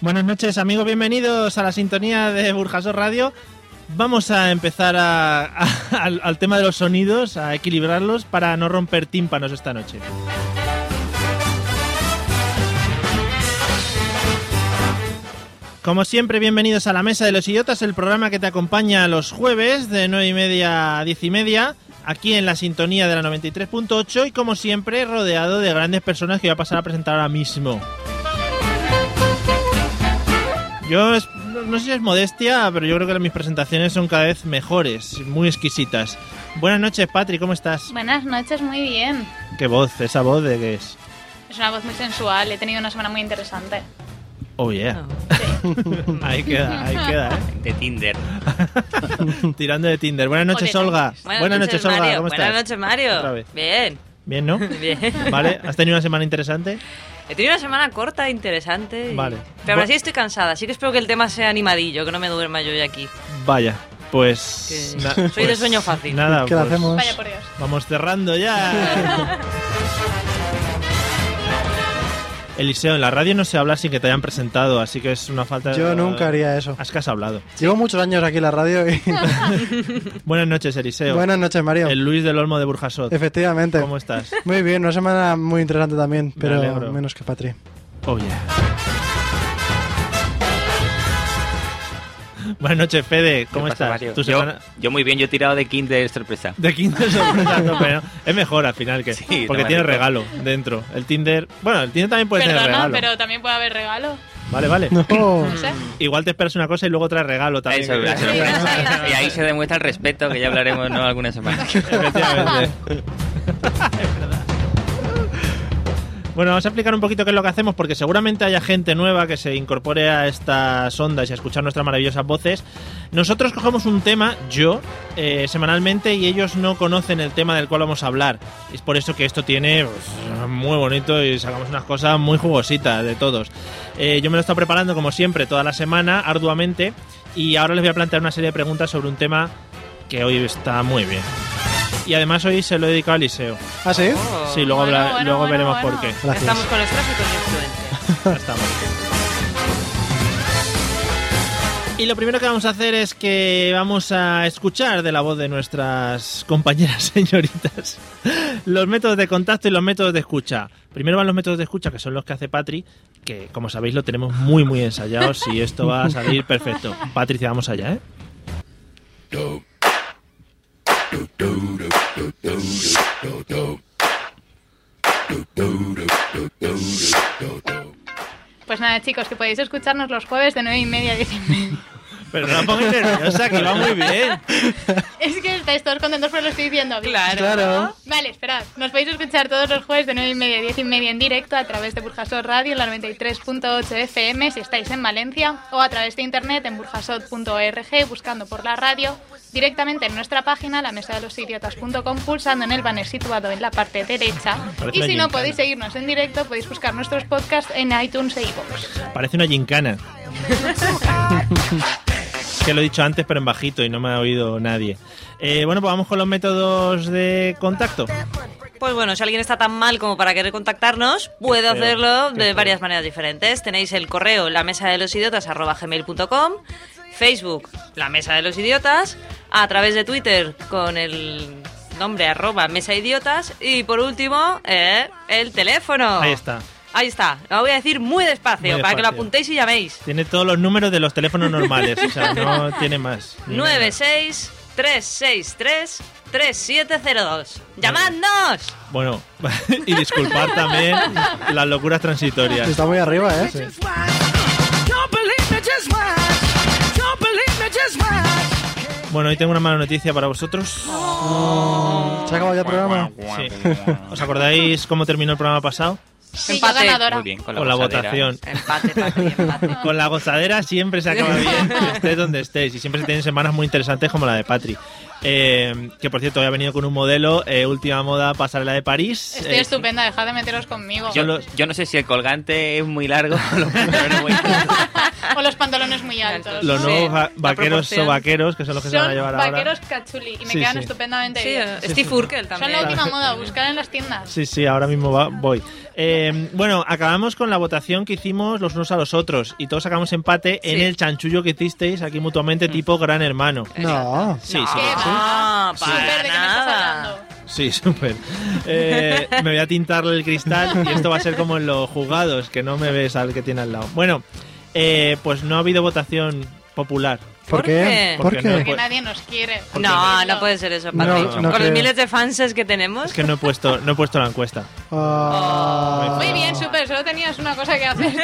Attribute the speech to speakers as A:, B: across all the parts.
A: Buenas noches amigos, bienvenidos a la sintonía de Burjasor Radio. Vamos a empezar a- a- al, al tema de los sonidos, a equilibrarlos para no romper tímpanos esta noche. Como siempre, bienvenidos a la Mesa de los Idiotas, el programa que te acompaña los jueves de 9 y media a 10 y media, aquí en la sintonía de la 93.8 y como siempre rodeado de grandes personas que voy a pasar a presentar ahora mismo. Yo es- no- no sé si es modestia, pero yo creo que mis presentaciones son cada vez mejores, muy exquisitas. Buenas noches, Patri, ¿cómo estás?
B: Buenas noches, muy bien.
A: Qué voz, esa voz de que es.
B: Es una voz muy sensual, he tenido una semana muy interesante.
A: Oh yeah. ahí queda, ahí queda, ¿eh?
C: de Tinder.
A: Tirando de Tinder. Buenas noches,
B: Ole,
A: Olga.
D: Buenas,
A: noches,
D: Mario.
A: Olga, ¿cómo
D: Buenas
A: estás?
D: noches, Mario.
A: Otra vez.
D: Bien,
A: Bien, ¿no?
D: bien.
A: Vale, ¿has tenido una semana interesante?
D: He tenido una semana corta, interesante. y-
A: Vale.
D: Pero aún
A: Bu-
D: así estoy cansada, así que espero que el tema sea animadillo, que no me duerma yo ya aquí.
A: Vaya, pues.
D: Que
A: na-
D: soy de
A: pues
D: sueño fácil.
A: Nada,
E: ¿Qué le
A: pues,
E: hacemos?
B: Vaya por Dios.
A: Vamos cerrando ya. Eliseo, en la radio no se habla sin que te hayan presentado, así que es una falta de.
E: Yo nunca haría eso.
A: Has que has hablado.
E: Llevo muchos años aquí en la radio y...
A: Buenas noches, Eliseo.
E: Buenas noches, Mario.
A: El Luis del Olmo de Burjasot.
E: Efectivamente.
A: ¿Cómo estás?
E: Muy bien, una semana muy interesante también, pero
A: alegro.
E: menos que Patri.
A: Oh, yeah. Buenas noches, Fede. ¿Cómo
C: ¿Qué pasa,
A: estás?
C: Mario?
A: Tu
C: yo,
A: semana-
C: yo muy bien, yo he tirado de Kinder sorpresa.
A: De Kinder sorpresa, no, pero es mejor al final que
C: Sí, no
A: porque
C: me
A: tiene
C: rico.
A: regalo dentro. El Tinder, bueno, el Tinder también puede tener
B: Perdona,
A: Pues regalo.
B: pero también puede haber regalo.
A: Vale, vale.
E: No.
B: No sé.
A: Igual te esperas una cosa y luego traes regalo también.
C: Eso, la sorpresa. Y ahí se demuestra el respeto que ya hablaremos ¿no? alguna semana.
A: Efectivamente. Bueno, vamos a explicar un poquito qué es lo que hacemos, porque seguramente haya gente nueva que se incorpore a estas ondas y a escuchar nuestras maravillosas voces. Nosotros cogemos un tema, yo, eh, semanalmente, y ellos no conocen el tema del cual vamos a hablar. Es por eso que esto tiene pues, muy bonito y sacamos unas cosas muy jugositas de todos. Eh, yo me lo he estado preparando, como siempre, toda la semana, arduamente, y ahora les voy a plantear una serie de preguntas sobre un tema que hoy está muy bien. Y además hoy se lo he dedicado a Eliseo.
E: ¿Ah, sí?
D: Oh,
A: Sí, luego,
B: Bueno,
A: habla-
B: bueno,
A: luego
B: bueno,
A: veremos
B: bueno.
A: por qué.
E: Gracias.
D: Estamos con los tráficos y influencias.
A: Ya estamos. Y lo primero que vamos a hacer es que vamos a escuchar de la voz de nuestras compañeras señoritas los métodos de contacto y los métodos de escucha. Primero van los métodos de escucha, que son los que hace Patri, que como sabéis lo tenemos muy, muy ensayados y esto va a salir perfecto. Patricia, vamos allá, ¿eh?
B: Pues nada, chicos, que podéis escucharnos los jueves de 9 y media a 10 y media.
A: Pero no la pongas nerviosa, que va muy bien.
B: Es que estáis todos contentos por lo que estoy diciendo. bien.
D: Claro.
E: Claro.
B: Vale, esperad. Nos podéis escuchar todos los jueves de 9 y media a 10 y media en directo a través de Burjasot Radio en la 93.8 FM si estáis en Valencia o a través de internet en burjasot.org buscando por la radio directamente en nuestra página la mesa de los idiotas.com pulsando en el banner situado en la parte derecha
A: Parece
B: y
A: una
B: si no
A: gincana.
B: podéis seguirnos en directo podéis buscar nuestros podcasts en iTunes e iVoox.
A: Parece una gincana. que lo he dicho antes, pero en bajito y no me ha oído nadie. Eh, bueno, pues vamos con los métodos de contacto.
D: Pues bueno, si alguien está tan mal como para querer contactarnos, puede
A: feo,
D: hacerlo
A: qué
D: de
A: feo.
D: varias maneras diferentes. Tenéis el correo la mesa de los idiotas gmail.com Facebook, La Mesa de los Idiotas, a través de Twitter con el nombre arroba Mesa Idiotas y por último eh, el teléfono.
A: Ahí está.
D: Ahí está. Lo voy a decir muy despacio,
A: Muy
D: para que lo
A: despacio.
D: apuntéis y llaméis.
A: Tiene todos los números de los teléfonos normales, o sea, no tiene más. ni nada.
D: 96 363 3702. ¡Llamadnos!
A: Bueno, y disculpad también las locuras transitorias.
E: Está muy arriba, ¿eh? Sí.
A: Bueno, hoy tengo una mala noticia para vosotros.
E: ¿Se ha acabado ya el programa?
A: Sí. ¿Os acordáis cómo terminó el programa pasado?
B: Sí, yo
D: Empate.
B: ganadora.
C: Muy bien, con la,
A: Con la
C: gozadera. ¿eh?
A: votación.
D: Empate, Patri, empate.
A: Con la gozadera siempre se acaba bien, estés donde estés. Y siempre se tienen semanas muy interesantes como la de Patri. Eh, que por cierto, hoy ha venido con un modelo, eh, última moda, pasarela de París.
B: Estoy
D: Este
A: Eh,
B: estupenda, dejad de meteros conmigo.
C: Yo,
A: Solo-
C: yo no sé si el colgante es muy largo o los pantalones muy cortos.
B: O los pantalones muy altos.
A: Los
D: Sí,
A: nuevos va-
D: la
A: vaqueros
D: proporción.
A: o vaqueros, que son los que se van a
B: Son
A: llevar ahora.
B: vaqueros cachuli y me
A: Sí,
B: quedan
A: sí.
B: estupendamente
D: Sí, eh,
B: bien.
D: Steve Urkel
B: Son
D: también.
B: la última moda, buscar en las tiendas.
A: Sí, sí, ahora mismo va- voy. Eh, bueno, acabamos con la votación que hicimos los unos a los otros y todos sacamos empate en
D: Sí. Mm. Eh,
A: el chanchullo que hicisteis aquí mutuamente tipo gran hermano.
E: No.
A: Sí,
D: no,
A: sí.
D: Ah, para
B: Súper, ¿de qué me estás
D: nada.
B: hablando?
A: Sí, súper. Eh, me voy a tintarle el cristal y esto va a ser como en los jugados, que no me ves al que tiene al lado. Bueno, eh, pues no ha habido votación popular.
E: ¿Por
A: ¿Por qué?
E: qué? ¿Por
A: Porque
B: Que
E: qué?
A: Pues-
B: nadie nos quiere.
D: No, no puede ser eso, Patri.
E: No,
A: no
D: Con los
E: creo.
D: miles de fans que tenemos.
A: Es que no he puesto, no he puesto la encuesta.
E: Ah.
B: Muy bien, súper, solo tenías una cosa que hacer.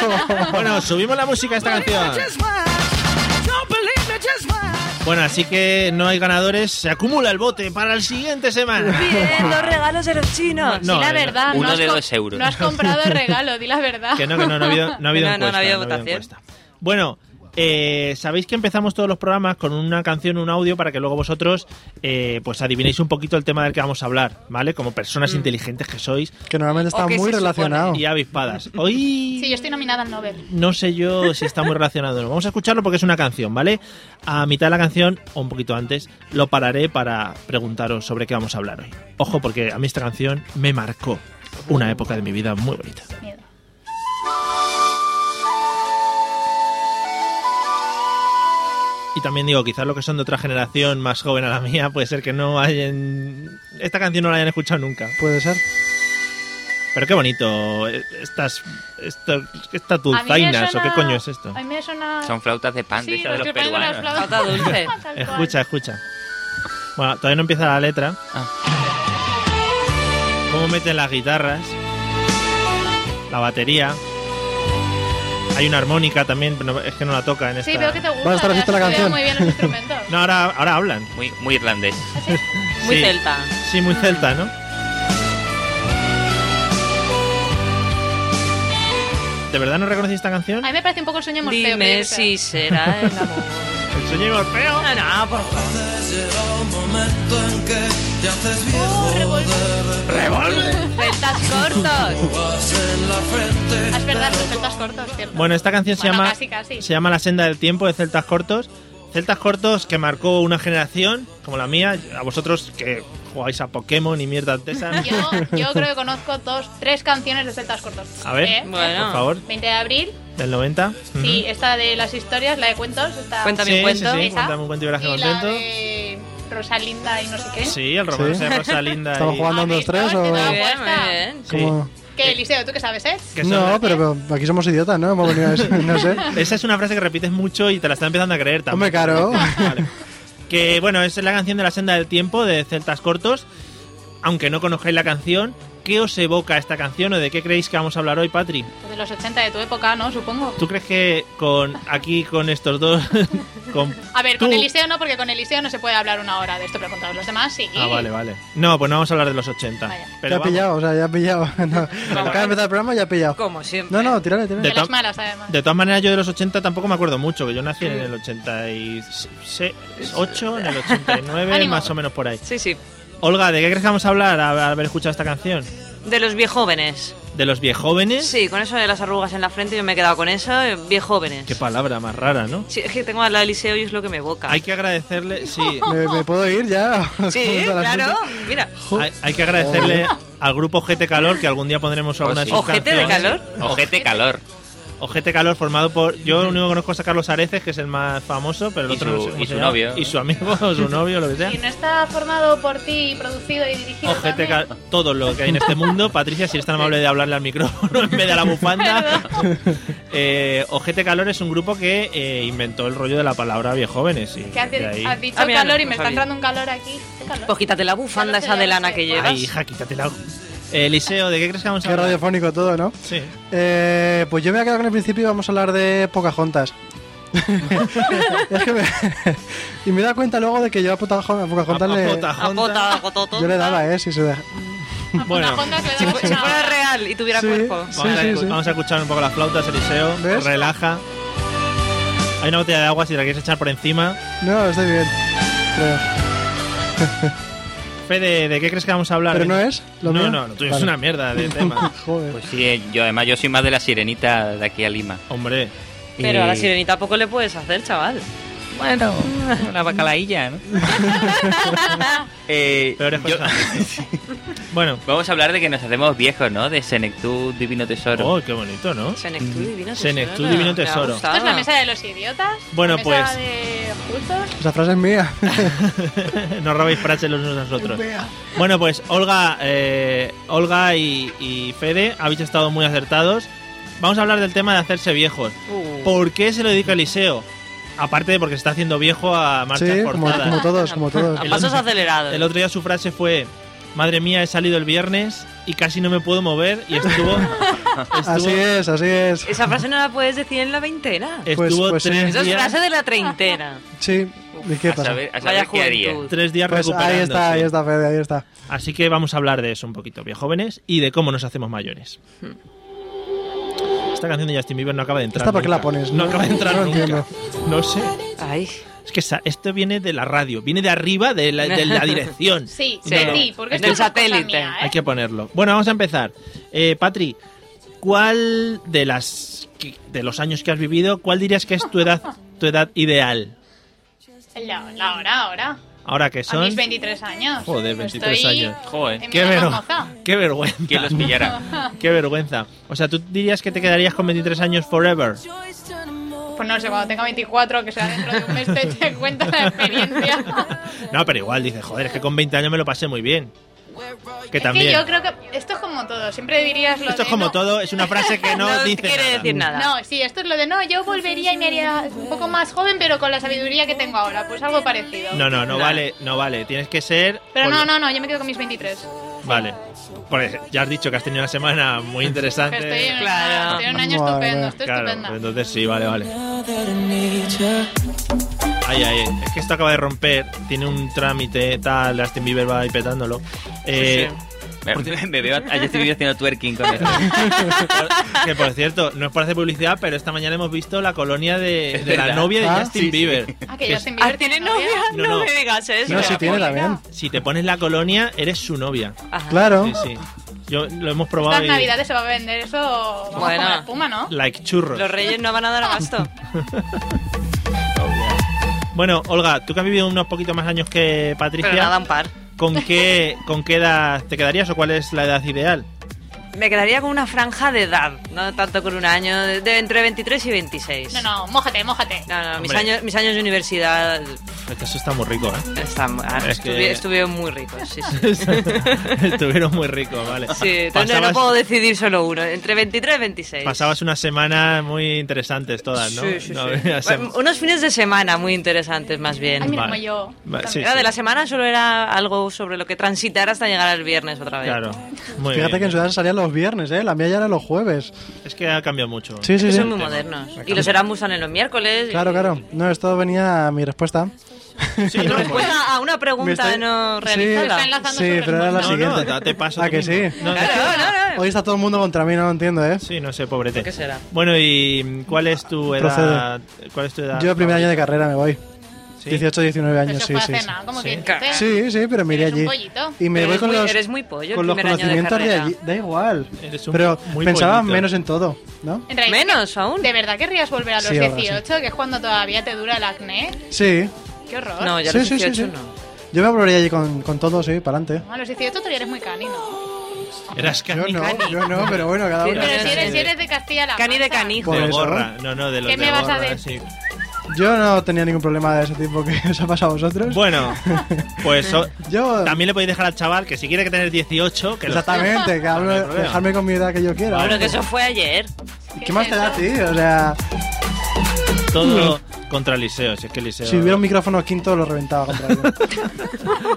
A: Bueno, subimos la música a esta canción. Bueno, así que no hay ganadores. Se acumula el bote para la siguiente semana.
D: Bien, los regalos de los chinos.
A: No,
B: Di la
A: eh,
B: verdad.
C: uno
B: no has
C: de
B: com-
C: dos euros.
B: No has comprado regalo, di la verdad.
A: Que no, que no, no ha habido, no ha habido
D: No, no, no
A: encuesta,
D: ha habido
A: no ha habido
D: votación.
A: encuesta. Bueno, eh, sabéis que empezamos todos los programas con una canción, un audio, para que luego vosotros eh, pues adivinéis un poquito el tema del que vamos a hablar, ¿vale? Como
D: Mm.
A: personas inteligentes que sois
E: Que normalmente está
D: ¿O qué
E: muy
D: se
E: relacionado.
A: y avispadas. Hoy
B: Sí, yo estoy nominada al Nobel.
A: no sé yo si está muy relacionado o no. Vamos a escucharlo porque es una canción, ¿vale? A mitad de la canción, o un poquito antes, lo pararé para preguntaros sobre qué vamos a hablar hoy. Ojo, porque a mí esta canción me marcó una época de mi vida muy bonita.
B: Miedo.
A: Y también digo, quizás lo que son de otra generación más joven a la mía, puede ser que no hayan. Esta canción no la hayan escuchado nunca.
E: ¿Puede ser?
A: Pero qué bonito. eh, Estas. Estas. Estas
B: A mí me
A: dulzainas, o qué
B: suena-
A: coño es esto.
B: A mí me suena...
C: Son flautas de pan, de
B: sí,
C: esas de
B: los
C: los
B: que ponen con las
C: peruanos.
B: flautas.
D: Flauta dulce.
B: Tal cual.
A: Escucha, escucha. Bueno, todavía no empieza la letra.
C: Ah.
A: ¿Cómo meten las guitarras? La batería. Hay una armónica también, pero no- es que no la toca en esta.
B: Sí, veo que te gusta.
E: Vas a estar
B: te has
E: haciendo la
B: estudiado
E: canción.
B: muy bien los instrumentos.
A: No, ahora, ahora hablan.
C: Muy, muy irlandés.
D: Muy
A: Sí.
D: celta.
A: Sí, muy celta, ¿no? ¿De verdad no reconocí esta canción?
B: A mí me parece un poco el sueño de Morfeo. creo
D: Dime
B: que sea.
D: si será el amor.
A: El sueño de Orfeo.
D: No, no, por favor.
B: Uh, revuelve.
D: Celtas cortos.
B: Es verdad, los celtas cortos, ¿cierto?
A: Bueno, esta canción se
B: Bueno,
A: llama
B: casi, casi.
A: se llama La senda del tiempo de Celtas cortos. Celtas cortos que marcó una generación como la mía, a vosotros que jugáis a Pokémon y mierdas de esas.
B: Yo, yo creo que conozco dos, tres canciones de celtas cortos.
A: A ver,
B: ¿Eh?
D: Bueno.
A: por favor,
B: 20 de abril,
A: del 90. Ujú.
B: sí, esta de las historias, la de cuentos, esta...
D: Cuéntame.
A: sí,
D: un cuento.
A: sí, sí,
B: Esa.
A: cuéntame un cuento y verás que
B: Y la
A: contento.
B: de Rosalinda y no sé qué.
A: Sí, el romance
E: Sí.
A: de Rosalinda.
E: Estamos
A: y-
E: jugando
B: Ah,
E: un dos,
B: ¿viste?
E: tres
B: Sí,
E: o...?
D: Muy
B: no.
D: bien, muy bien.
A: Sí,
E: ¿Cómo?
B: ¿Qué, Eliseo, tú qué sabes, eh?
A: que son-
E: No, pero pero aquí somos idiotas, ¿no? Hemos venido a eso, no sé.
A: Esa es una frase que repites mucho y te la está empezando a creer también.
E: Hombre, claro.
A: Vale. Que bueno, es la canción de la senda del tiempo de Celtas Cortos. Aunque no conozcáis la canción, ¿qué os evoca esta canción o de qué creéis que vamos a hablar hoy, Patri?
B: Pues De los 80 de tu época, ¿no? Supongo.
A: ¿Tú crees que con aquí con estos dos con
B: A ver,
A: tú-
B: con Eliseo no, porque con Eliseo no se puede hablar una hora de esto, pero con todos los demás sí.
A: Ah, vale, vale. No, pues no vamos a hablar de los 80.
B: Vaya.
A: Pero
E: ya ha
A: vamos,
E: pillado, o sea, ya ha pillado. No, Acaba de empezar el programa y ya ha pillado.
D: Como siempre.
E: No, no, tírale, tírale.
B: De
A: De
B: las
A: to-
B: malas, además.
A: de todas maneras yo de los 80 tampoco me acuerdo mucho, que yo nací en el 88, en el 89,
B: Ánimo.
A: más o menos por ahí.
D: Sí, sí.
A: Olga, ¿de qué crees que vamos a hablar al haber escuchado esta canción?
D: De los viejóvenes.
A: ¿De los viejóvenes?
D: Sí, con eso de las arrugas en la frente yo me he quedado con eso. eh, Viejóvenes.
A: Qué palabra más rara, ¿no?
D: Sí, es que tengo al lado de Eliseo y es lo que me evoca.
A: Hay que agradecerle, sí,
E: ¿Me, me puedo ir ya?
D: Sí,
E: Junto a la
D: claro.
E: gente.
D: Mira.
A: hay, hay que agradecerle al grupo GT Calor, que algún día pondremos alguna de
C: Pues sí.
A: sus
D: ¿Ojete de
A: canciones.
D: calor?
C: Ojete calor.
A: Ojete Calor formado por. Yo lo único que conozco es a Carlos Areces, que es el más famoso, pero el
C: Y
A: otro
C: su-
A: no sé cómo se
C: y su
A: llama.
C: novio.
A: Y su amigo, o su novio, lo que sea.
B: Y no está formado por ti, producido y dirigido.
A: Ojete
B: también.
A: Calor. Todo lo que hay en este mundo. Patricia, si eres tan amable de hablarle al micrófono en vez de a la bufanda. Eh, Ojete Calor es un grupo que eh, inventó el rollo de la palabra viejóvenes. Y
B: Que
A: de ahí-
B: has, has dicho
D: Ah, mira,
B: calor y
D: no
B: me está
D: sabía.
B: entrando un calor aquí. Qué calor.
D: Pues quítate la bufanda esa de lana que llevas.
A: Ay, hija, quítatela. Eh, Eliseo, ¿de qué crees que vamos a
E: Qué
A: hablar?
E: radiofónico todo, ¿no?
A: Sí.
E: Eh, pues yo me voy a quedar con el principio y vamos a hablar de Pocahontas. es que me... y me he dado cuenta luego de que yo a Pocahontas, a Pocahontas
A: A- a
E: le...
A: Pocahontas.
D: Apota, agototo.
E: Yo le daba, ¿eh? Si se da.
A: Bueno,
B: Una Honda que le da
D: Si, fu- si
B: una-
D: fuera real y tuviera
E: Sí.
D: cuerpo.
E: Sí,
A: vamos, a,
E: sí, sí.
A: vamos a escuchar un poco las flautas, Eliseo.
E: ¿Ves?
A: Relaja. Hay una botella de agua si la quieres echar por encima.
E: No, estoy bien. Creo.
A: Fede, ¿de qué crees que vamos a hablar?
E: ¿Pero no es lo
A: no,
E: mío?
A: no, lo tuyo es
E: Vale.
A: una mierda de tema.
E: Joder.
C: Pues sí, eh, yo además yo soy más de la sirenita de aquí a Lima.
A: Hombre,
D: Pero a la
C: Eh,
D: sirenita poco le puedes hacer, chaval.
C: Bueno, la bacalailla, ¿no? Eh,
A: peores
C: yo-
A: cosas. bueno,
C: Vamos a hablar de que nos hacemos viejos, ¿no? De Senectud, Divino Tesoro.
A: oh, qué bonito, ¿no?
D: Senectu divino tesoro.
A: Senectu Mm. divino
D: Me ha
A: tesoro.
D: gustado.
B: Esto es la mesa de los idiotas.
A: Bueno,
B: la
A: pues.
B: Mesa de justos.
E: Esa frase es mía.
A: no robéis frases los unos a los otros. Bueno, pues Olga, eh, Olga y, y Fede habéis estado muy acertados. Vamos a hablar del tema de hacerse viejos.
D: Uh.
A: ¿Por qué se lo dedica Eliseo? Aparte de porque se está haciendo viejo a marchas
E: sí, como,
A: forzadas.
E: como todos, como todos.
D: A
A: El
D: pasos
A: otro-
D: acelerados.
A: El otro día su frase fue: Madre mía, he salido el viernes y casi no me puedo mover. Y estuvo. estuvo-
E: Así es, así es.
D: Esa frase no la puedes decir en la veintena.
A: estuvo
E: Pues- pues sí.
A: tres,
D: Eso es
A: días,
D: frase de la treintena.
E: Sí. ¿Y qué
C: A
E: pasa?
C: saber, a
D: Vaya
C: saber qué haría.
D: juventud.
A: tres días
E: Pues ahí
A: recuperándose.
E: está, ahí está, Fede, ahí está.
A: Así que vamos a hablar de eso un poquito, bien jóvenes, y de cómo nos hacemos mayores. Esta canción de Justin Bieber no acaba de entrar.
E: ¿Esta por qué
A: nunca.
E: la pones?
A: No,
E: No,
A: acaba de entrar
E: no
A: nunca.
E: entiendo.
A: No sé.
D: Ay,
A: Es que esa- esto viene de la radio, viene de arriba de la, de la dirección.
B: Sí,
D: Sí.
B: sí, sí, porque
D: Es
B: esto
D: del
B: es cosa
D: satélite.
B: mía, ¿eh?
A: Hay que ponerlo. Bueno, vamos a empezar. Eh, Patri, ¿cuál de las que- de los años que has vivido, cuál dirías que es tu edad, tu edad ideal?
B: La, la hora, ahora.
A: Ahora que
B: A
A: son.
B: mis 23 años.
A: Joder, 23
B: Estoy
A: años.
D: Em,
C: Joder,
B: en
A: Qué,
B: mi edad
A: vergo-
B: moza.
A: qué vergüenza.
C: ¿Quién los pillara?
A: Qué vergüenza. O sea, tú dirías que te quedarías con 23 años forever.
B: Pues no sé, cuando tenga 24, que sea dentro de un mes, te, te cuento la experiencia.
A: No, pero igual dices, joder, es que con 20 años me lo pasé muy bien. Que
B: es
A: también.
B: que yo creo que esto es como todo. Siempre dirías lo
A: Esto es
B: de,
A: como
B: no,
A: todo, es una frase que no,
D: No
A: dice
D: quiere
A: nada.
D: decir nada. Ah,
B: No, sí, esto es lo de no, yo volvería y me haría un poco más joven, pero con la sabiduría que tengo ahora. Pues algo parecido.
A: No, no, no
D: Nada.
A: vale, no vale. Tienes que ser.
B: Pero
A: con
B: no,
A: lo-
B: no, no, yo me quedo con mis 23.
A: Vale. Porque ya has dicho que has tenido una semana muy
B: Que
A: interesante.
B: estoy en,
D: Claro.
B: estoy en un año
E: Madre
B: estupendo,
E: mía.
B: estoy
A: Claro,
B: estupenda.
A: entonces sí, vale, vale. Ay, ay, es que esto acaba de romper. Tiene un trámite, tal. Justin Bieber va ahí petándolo. Eh,
C: Me, me veo a Justin Bieber haciendo twerking con él.
A: Que por cierto, no es para hacer publicidad, pero esta mañana hemos visto la colonia de,
C: Es
A: de la
C: verdad.
A: novia de
E: Ah,
A: Justin
C: sí, sí.
A: Bieber.
B: Ah, que
A: Que
B: Justin Bieber tiene novia.
A: No, no.
D: digas eso.
E: No, sí tiene también.
A: Si te pones la colonia, eres su novia.
D: Ajá.
E: Claro.
A: Sí, sí. Yo lo hemos probado.
B: Estas
A: y-
B: navidades se va a vender eso. Vamos
D: Bueno.
B: a comer espuma, ¿no?
A: Like churros.
D: Los reyes no van a dar abasto.
A: Bueno, Olga, tú que has vivido unos poquitos más años que Patricia,
D: Pero nada, un par.
A: ¿con qué con qué edad te quedarías o cuál es la edad ideal?
D: Me quedaría con una franja de edad, no tanto con un año, de de entre 23 y 26.
B: No, no, mójate, mójate.
D: No, no, mis
A: Hombre.
D: años, mis años de universidad
A: Es que eso está muy rico, ¿eh?
D: están,
A: Es
D: ah, estuvi-
A: que-
D: estuvieron muy ricos. Sí, sí.
A: Estuvieron muy ricos, vale.
D: Sí, entonces no- no puedo decidir solo uno, entre 23 y 26.
A: pasabas unas semanas muy interesantes todas, ¿no?
D: Sí, sí,
A: No,
D: sí.
A: había sem-
D: Bueno, unos fines de semana muy interesantes, más bien.
B: Ay, mira
A: Vale.
B: como yo.
A: Va- sí,
D: Era
A: sí.
D: de la semana solo era algo sobre lo que transitar hasta llegar al viernes otra vez.
A: Claro. Muy
E: Fíjate
A: bien.
E: que en Ciudad salían los viernes, ¿eh? La mía ya era los jueves.
A: Es que ha cambiado mucho.
E: Sí,
D: Es que
E: sí, sí.
D: son muy modernos. Y los Erasmus salen los miércoles. y-
E: Claro, claro. No, esto venía a mi respuesta.
A: Sí, no, pues-
D: Respuesta a una
E: Me
D: pregunta
E: estoy-
D: no
E: Sí.
D: realizada.
B: Está enlazando
E: Sí,
B: sobre
E: pero era
B: el
E: la
A: no,
E: siguiente.
A: no, date paso
E: ¿A
A: tú
E: que
A: mismo.
E: sí?
A: No,
D: Claro, no, no.
E: Hoy está todo el mundo contra mí, no lo entiendo, ¿eh?
A: Sí, no sé, pobrete.
D: ¿Qué será?
A: Bueno, ¿y cuál es tu edad? ¿Cuál es tu edad?
E: Yo primer año de carrera me voy.
A: Sí.
E: 18, 19
B: Pero
E: años,
B: se
E: sí,
B: fue a
E: sí. sí.
B: cenar, como
A: Sí.
B: que dice.
E: Sí, sí, pero me iré
B: Eres un
E: allí.
B: pollito.
E: Y me
D: Pero
E: voy
D: eres
E: con
D: muy-
E: los,
D: eres muy pollo el
E: con los
D: primer año de
E: conocimientos de,
D: carrera.
E: allí. Da igual.
A: Eres un
E: Pero
A: muy
E: pensaba
A: pollito.
E: menos en todo, ¿no?
B: En realidad,
D: Menos aún.
B: ¿De verdad querrías volver a los
E: Sí, ahora sí.
B: 18, que es cuando todavía te dura el acné?
E: Sí.
B: Qué horror.
D: No, ya
E: sí,
D: los
E: sí, sí,
D: 18
E: sí.
D: no.
E: Yo me volvería allí con, con todo, sí, para adelante.
B: A los 18 todavía eres muy canino.
A: Eras
E: Yo
A: cani.
E: no, yo no, pero bueno, cada
D: Pero
E: uno.
B: Pero si
D: sí
B: eres, si eres de Castilla-La
D: Cani de
B: Mancha.
D: canijo.
E: Por
A: De
E: eso. ¿eh?
A: gorra. No, no, de los
B: ¿Qué
A: de
B: me vas a
A: gorra,
B: decir?
A: sí.
E: Yo no tenía ningún problema de ese tipo que os ha pasado a vosotros.
A: Bueno, pues so-
E: yo.
A: también le podéis dejar al chaval que si quiere que tener 18, que lo
E: Exactamente, que hablo,
A: No hay problema.
E: dejarme con mi edad que yo quiera.
D: Bueno, que eso fue ayer.
E: ¿Qué más te da a ti? O sea,
A: todo contra Eliseo, si es que Eliseo.
E: si hubiera un micrófono quinto lo reventaba contra él.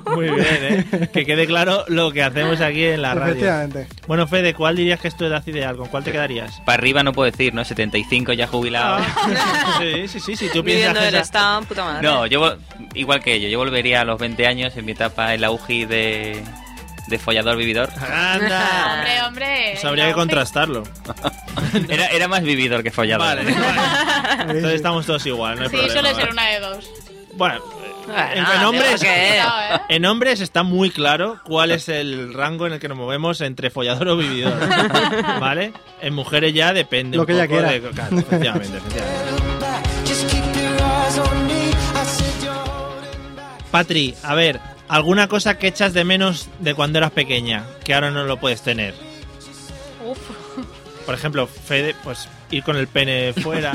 A: Muy bien, ¿eh? Que quede claro lo que hacemos aquí en la radio.
E: Efectivamente.
A: Bueno, Fede, ¿cuál dirías que es tu edad ideal? ¿Con cuál te quedarías?
C: Para arriba no puedo decir, ¿no? 75 ya jubilado.
A: Ah.
B: Ah.
A: sí, sí, sí, si tú piensas
D: Viviendo del
A: esa-
D: stand, puta madre.
C: No, yo vol- igual que ellos, yo volvería a los 20 años en mi etapa en la UGI de, de follador vividor.
A: Anda.
B: Hombre, hombre.
A: Pues habría que contrastarlo.
C: Era, era más vividor que follador.
A: Vale, vale. Entonces
E: Sí.
A: estamos todos igual, no hay
B: Sí,
A: problema.
B: suele
A: ¿vale?
B: ser una de dos.
A: Bueno,
D: Ah,
A: en, en hombres,
D: tengo que-
B: No, ¿eh?
A: en hombres está muy claro cuál es el rango en el que nos movemos entre follador o vividor. ¿Vale? En mujeres ya depende.
E: Lo
A: un
E: que ella
A: poco
E: quiera.
A: de- claro, efectivamente, efectivamente. Patri, a ver, ¿alguna cosa que echas de menos de cuando eras pequeña que ahora no lo puedes tener?
B: Uf.
A: Por ejemplo, Fede, pues ir con el pene fuera.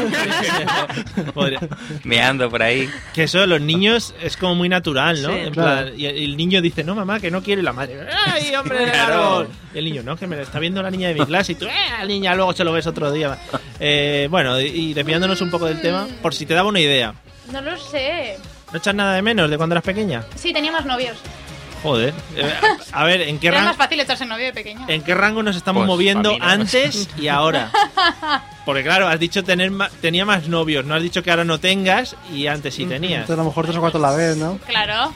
A: Podría-
C: Me ando por ahí.
A: Que eso, los niños es como muy natural, ¿no?
D: Sí,
A: En
E: claro.
A: plan, y el niño dice, no, mamá, que no quiere y la madre. ¡Ay, hombre, el árbol! Y el niño, no, que me lo está viendo la niña de mi clase. Y tú, ¡eh, niña! Luego se lo ves otro día. Eh, bueno, y- y desviándonos un poco del tema, por si te daba una idea.
B: No lo sé.
A: ¿No echas nada de menos de cuando eras pequeña?
B: Sí, teníamos novios.
A: Joder. Eh, a ver, ¿en qué, Eh.
B: Era
A: rango,
B: más fácil echarse novio de pequeño.
A: ¿en qué rango nos estamos
C: Pues,
A: moviendo
C: a mí no.
A: antes y ahora? Porque claro, has dicho tener ma- tenía más novios, no has dicho que ahora no tengas y antes sí tenías.
E: Entonces, a lo mejor tres o cuatro a la vez, ¿no?
B: Claro.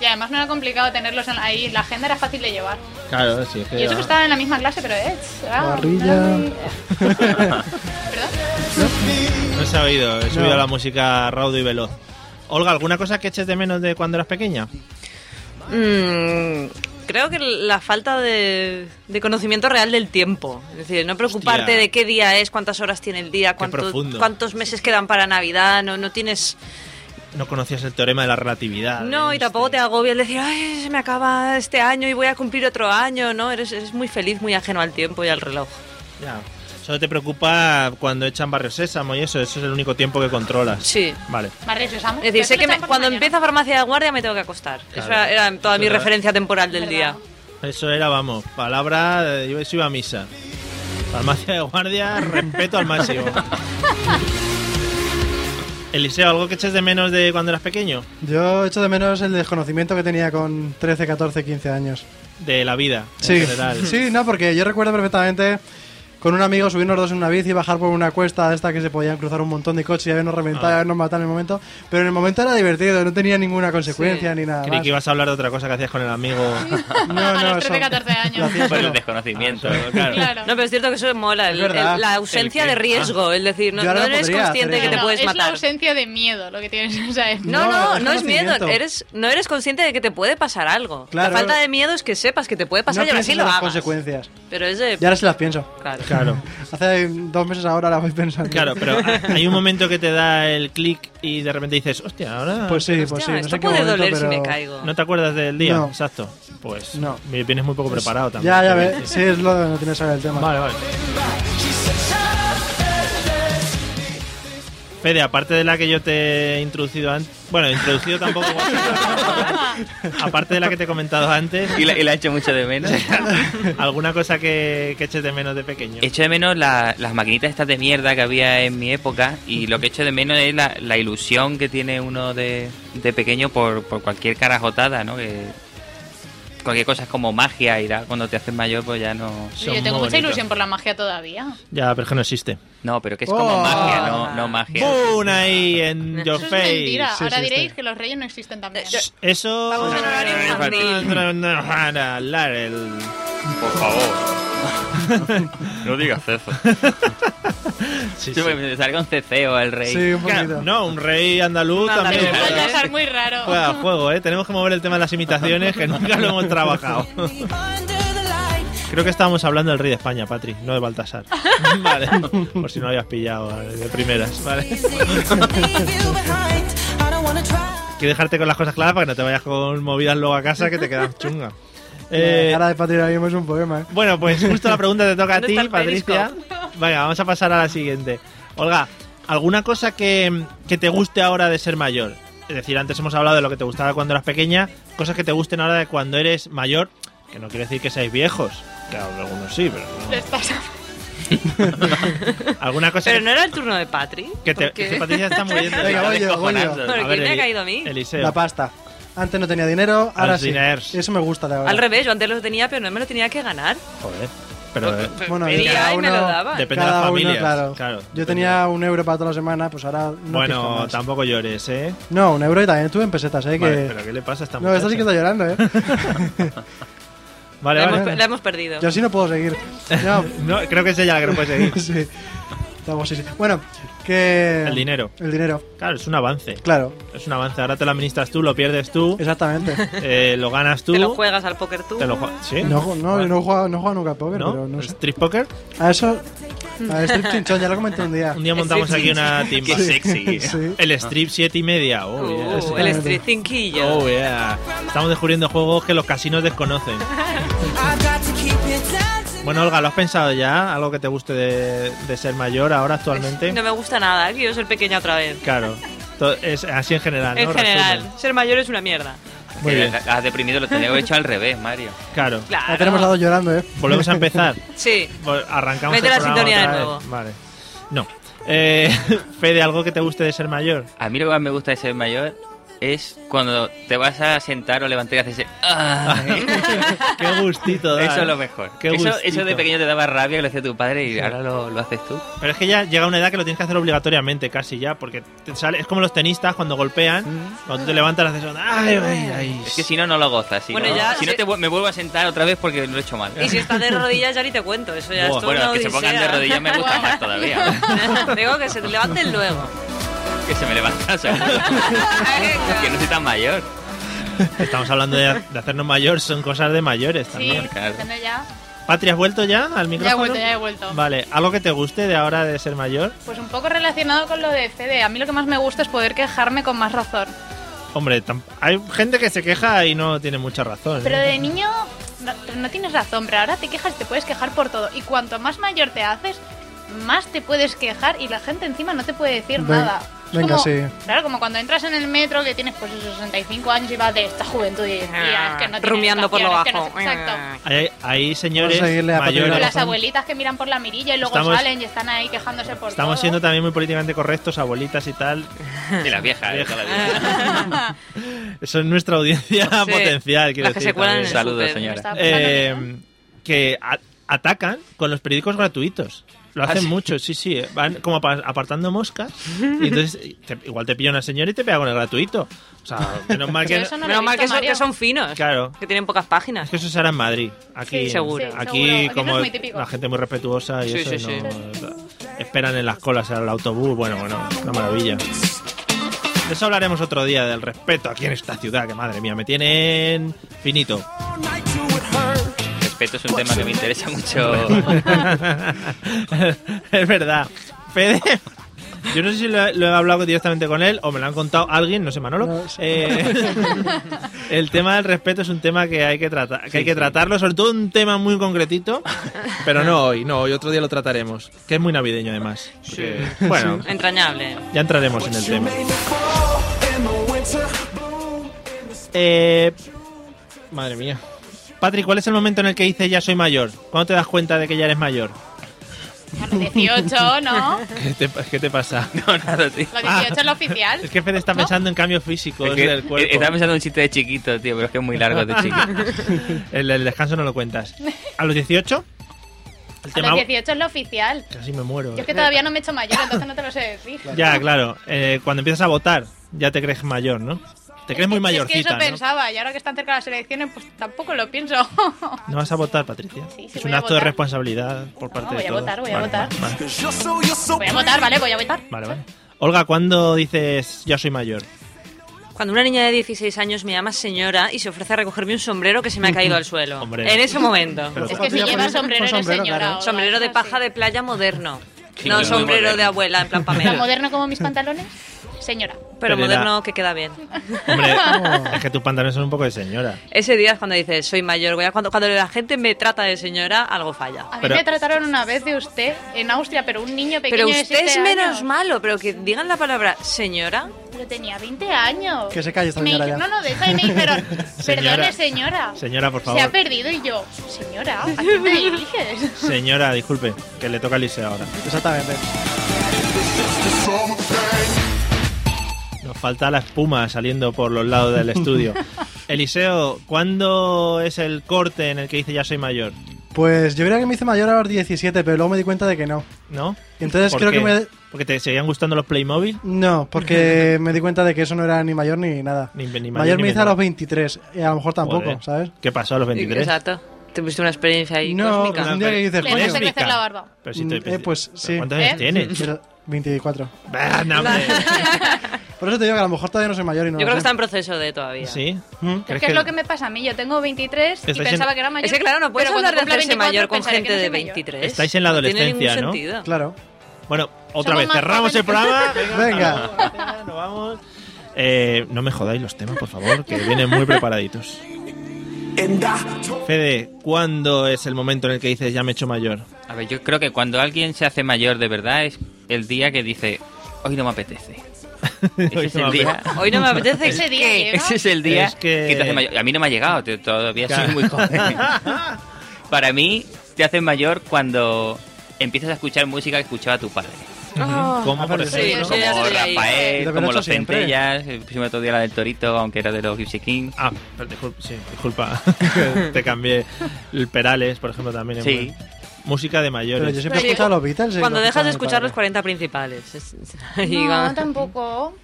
B: Y además no era complicado tenerlos en- ahí. La agenda era fácil de llevar.
A: Claro, sí. es que
B: Y eso
A: va.
B: que estaba en la misma clase, pero eh. ah,
E: Barrilla.
B: no, ¿Perdón?
A: No he sabido, he subido
E: No.
A: la música raudo y veloz. Olga, ¿alguna cosa que eches de menos de cuando eras pequeña?
D: Mm, creo que la falta de, de conocimiento real del tiempo. Es decir, no preocuparte
A: Hostia.
D: de qué día es, cuántas horas tiene el día, cuánto-
A: profundo.
D: cuántos meses quedan para Navidad. No, no tienes.
A: No conocías el teorema de la relatividad.
D: No,
A: ¿eh?
D: y tampoco
A: Este-
D: te agobia el decir, ay, se me acaba este año y voy a cumplir otro año. No, eres, eres muy feliz, muy ajeno al tiempo y al reloj.
A: Ya. Solo te preocupa cuando echan barrio sésamo y eso, eso es el único tiempo que controlas.
D: Sí.
A: Vale.
B: Madre, yo os amo.
D: Es decir,
B: Pero
D: sé
B: eso lo
D: que me-
B: echan por
D: cuando
B: la mañana.
D: empieza farmacia de guardia me tengo que acostar.
A: Claro.
D: Esa era, era toda mi
A: Claro.
D: referencia temporal del día.
B: ¿Verdad?
A: Eso era, vamos, palabra, de- yo eso iba a misa. Farmacia de guardia, respeto al máximo. Eliseo, ¿algo que eches de menos de cuando eras pequeño?
E: Yo echo de menos el desconocimiento que tenía con 13, 14, 15 años.
A: De la vida, en
E: Sí,
A: general.
E: sí, no, porque yo recuerdo perfectamente con un amigo subirnos dos en una bici y bajar por una cuesta de esta que se podían cruzar un montón de coches y habernos reventado y
A: Ah.
E: habernos matado en el momento. Pero en el momento era divertido, no tenía ninguna consecuencia ni nada.
A: Creí
E: Más.
A: que ibas a hablar de otra cosa que hacías con el amigo.
E: No,
B: A los
E: no,
B: 13, 14 años.
E: lo hacía
C: Por el
E: solo.
C: desconocimiento.
A: claro.
B: Claro.
D: No, pero es cierto que eso mola, el-
E: Es verdad. ah.
D: el- la ausencia
A: ¿El qué?
D: de riesgo, es decir, no,
E: Yo ahora
D: no
E: lo
D: eres
E: podría
D: consciente
E: hacer
D: que
E: eso.
D: te
B: No,
D: puedes
B: es la
D: matar.
B: ausencia de miedo lo que tienes, o sea, es-
D: No,
E: No,
D: no,
E: es
D: no es miedo,
E: conocimiento.
D: eres, no eres consciente de que te puede pasar algo.
E: Claro.
D: La falta de miedo es que sepas que te puede
E: No
D: pasar y ahora
E: piensas
D: sí
E: en
D: lo
E: las
D: hagas.
E: consecuencias.
D: Pero es de...
E: Y ahora sí las pienso.
D: Claro.
A: Claro.
E: Hace dos meses ahora las voy pensando.
A: Claro, pero hay un momento que te da el clic y de repente dices, hostia, ahora
E: Pues sí, pues
D: Hostia,
E: sí. No sé
D: esto
E: en qué
D: puede
E: momento,
D: doler
E: pero-
D: si me caigo.
A: no te acuerdas del día,
E: No.
A: exacto. Pues
E: No.
A: me vienes muy poco preparado también.
E: Ya, ya
A: te
E: ves.
A: dices.
E: Sí, es lo que no tienes que saber el tema.
A: Vale, vale. Fede, aparte de la que yo te he introducido antes, bueno, introducido tampoco, aparte de la que te he comentado antes,
C: Y la, y la echo mucho de menos.
A: ¿alguna cosa que, que eches de menos de pequeño?
C: Echo de menos la- las maquinitas estas de mierda que había en mi época y lo que echo de menos es la, la ilusión que tiene uno de, de pequeño por, por cualquier carajotada, ¿no? Que cualquier cosa es como magia y ya cuando te haces mayor pues ya no...
A: Son
B: Yo tengo
A: muy
B: mucha
A: bonitos.
B: ilusión por la magia todavía.
A: Ya, pero es que no existe.
C: No, pero que es como
E: Oh.
C: magia, no, no magia.
A: ¡Boom! Ahí en your
B: Eso es
A: face.
B: mentira.
E: sí,
B: Ahora
E: sí,
B: diréis
E: está.
B: que los reyes no existen también.
D: Eh,
A: Eso.
D: Vamos en horario infantil.
A: No, no, no, no, no, Larel.
C: Por favor. no digas eso.
A: Sí, sí.
C: Sí, me salga un ceceo al rey.
E: Sí, un
A: Claro,
E: poquito.
A: No, un rey andaluz
D: Un andaluz.
A: también.
B: Pero puede
A: Juega
B: pasar muy raro.
A: a juego, ¿eh? Tenemos que mover el tema de las imitaciones, que nunca lo hemos trabajado. Creo que estábamos hablando del rey de España, Patri, no de Baltasar. Vale, por si no lo habías pillado vale, de primeras, ¿vale? Quiero dejarte con las cosas claras para que no te vayas con movidas luego a casa que te quedas chunga. Eh,
E: La cara de Patri ahora mismo es un poema, ¿eh?
A: Bueno, pues justo la pregunta te toca a
D: ¿Dónde
A: ti,
D: está el
A: Patricia. Venga, vamos a pasar a la siguiente. Olga, ¿alguna cosa que, que te guste ahora de ser mayor? Es decir, antes hemos hablado de lo que te gustaba cuando eras pequeña, cosas que te gusten ahora de cuando eres mayor, que no quiere decir que seáis viejos. Claro, algunos sí, pero no.
B: Les pasa.
A: ¿Alguna cosa
D: Pero
A: que-
D: no era el turno de Patri.
A: que, te,
D: porque-
A: que Patricia está muy bien?
E: Venga, voy yo, voy yo.
D: ¿Pero quién me ha caído a mí?
A: Eliseo.
E: La pasta. Antes no tenía dinero, ahora
A: Los
E: sí.
A: diners.
E: Eso me gusta de ahora.
D: Al revés, yo antes lo tenía, pero no me lo tenía que ganar.
A: Joder. Pero eh,
E: Bueno,
D: Pedía
E: cada
D: y me lo
E: uno-
D: daban.
A: Depende de
E: cada
A: las
E: uno,
A: familias,
E: claro.
A: claro,
E: Yo
A: depende.
E: tenía un euro para toda la semana, pues ahora no fijo
A: bueno,
E: más.
A: tampoco llores, ¿eh?
E: No, un euro y también tuve en pesetas, ¿eh?
A: Vale,
E: que-
A: pero ¿qué le pasa a esta
E: No, esta sí que está
A: muchacha?
E: llorando, ¿eh?
A: Vale,
D: la,
A: vale.
D: hemos, pe- la hemos perdido.
E: Yo así no puedo seguir. No,
A: No, creo que es ella la que no puede seguir.
E: sí. Estamos, sí, sí. Bueno, que...
A: El dinero.
E: El dinero,
A: Claro, es un avance.
E: claro.
A: Es un avance. Ahora te lo administras tú, lo pierdes tú,
E: Exactamente.
A: eh, lo ganas tú.
D: Te lo juegas al póker tú.
A: te lo jue- ¿Sí?
E: No, no,
A: Bueno,
E: no he jugado, no he jugado nunca a póker,
A: ¿no?
E: pero no sé.
A: ¿Strip poker?
E: A eso... A strip chinchón, ya lo comenté un día.
A: Un día montamos aquí una timba.
C: Qué sexy.
E: Ah, Sí.
A: El strip 7 y media. Oh, yeah.
D: Uh, el street thinquillo.
A: Oh, yeah. Estamos descubriendo juegos que los casinos desconocen. Bueno, Olga, ¿lo has pensado ya? ¿Algo que te guste de, de ser mayor ahora actualmente?
D: No me gusta nada, quiero ser pequeña otra vez.
A: Claro. To- Es así en general, ¿no?
D: En general,
A: Resumen.
D: ser mayor es una mierda.
A: Muy
E: eh,
C: Que
A: bien.
C: la- la Has deprimido, lo tenía que haber hecho al revés, Mario.
A: Claro.
D: Claro.
E: Ya tenemos a dos llorando, ¿eh?
A: Volvemos a empezar.
D: Sí.
A: Vol- Arrancamos
D: Mete
A: el
D: la
A: programa
D: sintonía de
A: otra vez.
D: nuevo.
A: Vale. No. Eh, Fede, ¿algo que te guste de ser mayor?
C: A mí lo que más me gusta de ser mayor es cuando te vas a sentar o levantar y haces ese, "Ay".
A: Qué gustito, da,
C: Eso
A: ¿eh?
C: es lo mejor.
A: Qué
C: eso,
A: gustito.
C: eso de pequeño te daba rabia que lo hacía tu padre y ahora lo, lo haces tú.
A: Pero es que ya llega una edad que lo tienes que hacer obligatoriamente, casi ya, porque te sale, es como los tenistas cuando golpean, cuando tú te levantas haces un... ¡Ay, ay, ay!
C: Es que si no, no lo gozas. Si
D: Bueno,
C: no,
D: ya-
C: si no
D: sí.
C: te vu- me vuelvo a sentar otra vez porque lo he hecho mal.
D: Y si estás de rodillas ya ni te cuento, eso ya
A: Buah,
D: es todo
C: bueno,
D: una
C: que se pongan de
D: odisea.
C: rodillas me gusta más todavía.
D: Digo que se te levanten luego.
C: que se me levanta, seguro. que no soy tan mayor.
A: Estamos hablando de, de hacernos mayor, son cosas de mayores
B: Sí,
A: también.
C: claro.
B: bueno, ya.
A: ¿Patria, has vuelto ya al micrófono?
B: Ya he vuelto, ya he vuelto.
A: Vale, ¿algo que te guste de ahora de ser mayor?
B: Pues un poco relacionado con lo de Fede. A mí lo que más me gusta es poder quejarme con más razón.
A: Hombre, tam- hay gente que se queja y no tiene mucha razón.
B: Pero
A: ¿eh?
B: de niño no, no tienes razón, pero ahora te quejas, te puedes quejar por todo. Y cuanto más mayor te haces, más te puedes quejar y la gente encima no te puede decir
E: Ven-
B: nada. Es
E: venga,
B: como-
E: sí.
B: Claro, como cuando entras en el metro que tienes pues esos 65 años y vas de esta juventud y dices, "Tía, es que no tienes
D: Rumiando por lo
B: educación, es que
D: bajo.
B: no sé-". exacto.
A: Hay, hay señores
E: Vamos a seguirle a Patria
B: O
E: la
A: mayores...
B: las
E: razón.
B: abuelitas que miran por la mirilla y luego
A: Estamos-
B: salen y están ahí quejándose por
A: Estamos
B: todo.
A: siendo también muy políticamente correctos, abuelitas y tal.
C: Y la vieja, de toda la vida.
A: Eso es nuestra audiencia
D: Sí.
A: Ah, potencial, quiero
D: Las que
A: decir.
D: se cuelan en
A: también.
D: el
C: Saludos,
D: súper.
C: señora.
B: Está pasando
A: Eh,
B: bien.
A: que a- atacan con los periódicos gratuitos. Lo
D: ¿Ah,
A: hacen mucho, sí, sí. eh. Van como apa- apartando moscas. Y entonces eh, te- igual te pilla una señora y te pega con el gratuito. O sea, menos mal que...
B: Pero eso no lo he
D: Menos mal
B: visto,
D: que son,
B: Mario.
D: que son finos.
A: Claro.
D: Que tienen pocas páginas.
A: Es que eso se hará en Madrid. Aquí,
D: Sí, seguro.
B: Sí,
A: aquí
B: seguro. Aquí no
A: como
B: es muy típico.
A: la gente muy respetuosa y
D: Sí,
A: eso
D: sí, sí.
A: no- esperan en las colas al autobús. Bueno, bueno, una maravilla. De eso hablaremos otro día, del respeto aquí en esta ciudad, que madre mía, me tienen finito.
D: Ah.
C: Respeto es un tema que me interesa mucho.
A: es verdad. Fede, yo no sé si lo, lo he hablado directamente con él o me lo han contado alguien, no sé, Manolo.
E: No, sí.
A: Eh, el tema del respeto es un tema que hay que, tratar, que hay que tratarlo, sobre todo un tema muy concretito, pero no hoy, no, hoy otro día lo trataremos, que es muy navideño además. porque- Bueno,
D: Entrañable.
A: ya entraremos en el tema. Eh, madre mía. Patrick, ¿cuál es el momento en el que dices ya soy mayor? ¿Cuándo te das cuenta de que ya eres mayor?
B: A los 18, ¿no?
A: ¿Qué te, qué te pasa?
C: No, nada, tío.
B: Los
A: Ah.
B: 18 es lo oficial.
A: Es que Fede está
B: ¿No?
A: pensando en cambios físicos
C: Es que
A: del cuerpo.
C: estaba pensando en un chiste de chiquito, tío, pero es que es muy largo de chiquito.
A: El, el descanso no lo cuentas. ¿A los 18? El
B: A los 18 es lo oficial.
A: Casi me muero.
B: Yo es
A: eh.
B: que todavía no me he hecho mayor, entonces no te lo sé decir.
A: Ya, claro. eh, cuando empiezas a votar, ya te crees mayor, ¿no? Te crees muy
B: mayor. Es que
A: mayorcita,
B: eso
A: ¿no?
B: pensaba, y ahora que están cerca las elecciones, pues tampoco lo pienso.
A: No vas a votar, Patricia.
B: Sí, sí,
A: es
B: voy
A: un
B: a
A: acto de
B: votar.
A: responsabilidad por parte
B: No, voy
A: de
B: a
A: todos.
B: votar, voy a
A: Vale,
B: votar.
A: Vale, vale,
B: Voy a votar, ¿vale? Voy a votar.
A: vale, vale. Olga, ¿cuándo dices ya soy mayor?
D: Cuando una niña de 16 años me llama señora y se ofrece a recogerme un sombrero que se me ha caído al suelo.
A: Hombre.
D: En ese momento.
A: Pero-
B: Es que si
E: Con
B: llevas
E: sombrero,
B: sombrero eres
E: claro.
B: señora. Olga,
D: Sombrero de
B: eso
D: paja
B: sí.
D: de playa moderno.
C: Sí,
D: no
C: muy
D: sombrero
C: moderno.
D: de abuela, en plan
B: ¿Tan
D: Pamela.
B: moderno como mis pantalones? Señora.
A: Pero
D: pero, moderno
A: la-
D: que queda bien.
A: Hombre, es que tus pantalones son un poco de señora.
D: Ese día es cuando dices, soy mayor, voy a- cuando, cuando la gente me trata de señora, algo falla.
B: A mí
A: Pero-
B: me trataron una vez de usted en Austria, pero un niño pequeño
D: Pero
B: de
D: usted es
B: siete
D: menos
B: años.
D: malo, pero que digan la palabra señora.
B: Pero tenía 20 años.
E: Que se calle esta
B: Me
E: señora
B: dije-
E: ya.
B: No, no, deja y me dijeron,
A: Señora.
B: perdone señora.
A: Señora, por
B: Se ha
A: favor.
B: perdido y yo, señora, ¿a quién te diriges?
A: Señora, disculpe, que le toca a Lise ahora.
E: Exactamente.
A: Nos falta la espuma saliendo por los lados del estudio. Eliseo, ¿cuándo es el corte en el que dice ya soy mayor?
E: Pues yo creía que me hice mayor a los 17, pero luego me di cuenta de que no.
A: ¿No?
E: Entonces
A: ¿Por
E: creo que
A: qué?
E: me.
A: ¿Porque te seguían gustando los Playmobil?
E: No, porque me di cuenta de que eso no era ni mayor ni nada.
A: Ni- ni mayor
E: mayor
A: ni
E: me hice a
A: menor.
E: los 23, y a lo mejor tampoco,
A: Joder.
E: ¿sabes?
A: ¿Qué pasó a los 23?
D: Exacto. Tuviste una experiencia ahí
E: No,
D: cósmica.
E: Un día que dices,
B: Le hace
E: coño.
B: crecer la barba.
A: Pero si te-
E: Mm, eh, pues,
A: ¿pero
E: sí.
A: ¿Cuántos
B: ¿Eh?
A: años tienes?
E: Pero 24.
A: Bah, no, hombre.
E: Por eso te digo que a lo mejor todavía no soy mayor y no
D: Yo
E: lo
D: creo que
E: sé.
D: está en proceso de todavía.
A: ¿Sí?
E: ¿Mm?
B: Es
A: ¿Crees
B: que es
A: que-
B: lo que me pasa a mí. Yo tengo 23 y
A: Estáis en-
B: pensaba que era mayor.
D: Es que claro, no puedes
B: pero cuando
D: hablar de
B: cumpla
D: hacerse
B: 24
D: mayor con
B: pensaré que
D: gente
B: no
D: de
B: soy mayor.
D: 23.
A: Estáis en la
D: No tiene
A: adolescencia,
D: ningún
A: ¿no?
D: sentido.
E: Claro.
A: Bueno, otra
B: Somos
A: vez,
B: más
A: cerramos el programa.
B: jóvenes.
E: Venga.
A: hasta luego, nos vamos. Eh, no me jodáis los temas, por favor, que vienen muy preparaditos. Fede, ¿cuándo es el momento en el que dices ya me he hecho mayor?
C: A ver, yo creo que cuando alguien se hace mayor de verdad es el día que dice, hoy no me apetece. Ese
A: Hoy
C: es
A: no
C: el
A: me
C: día.
A: apetece.
D: Hoy no me apetece.
B: Ese día
D: ¿qué?
B: llega.
C: Ese es el día
A: Es que-
C: te hace mayor. A mí no me ha llegado, te- todavía
A: Claro.
C: soy muy joven. Para mí, te haces mayor cuando empiezas a escuchar música que escuchaba tu padre.
D: Ah,
A: ¿Cómo, por
E: Sí,
A: ejemplo?
D: sí, ya estoy
C: Como
D: ahí.
E: Lo
C: Rafael,
E: que lo
C: como
E: he
C: los
E: hecho siempre.
C: Centellas, el próximo otro día la del Torito, aunque era de los Gypsy King.
A: Ah, pero disculpa, sí, disculpa. que te cambié. El Perales, por ejemplo, también. es
C: Sí.
A: bueno. Música de mayores.
E: Pero yo siempre he
D: Pero
E: escuchado a los Beatles. y
D: Cuando
E: lo
D: dejas
E: escuchaba
D: de
E: mi
D: escuchar los
E: padre.
D: 40 principales. Es- es- y
B: No,
D: va-
B: tampoco.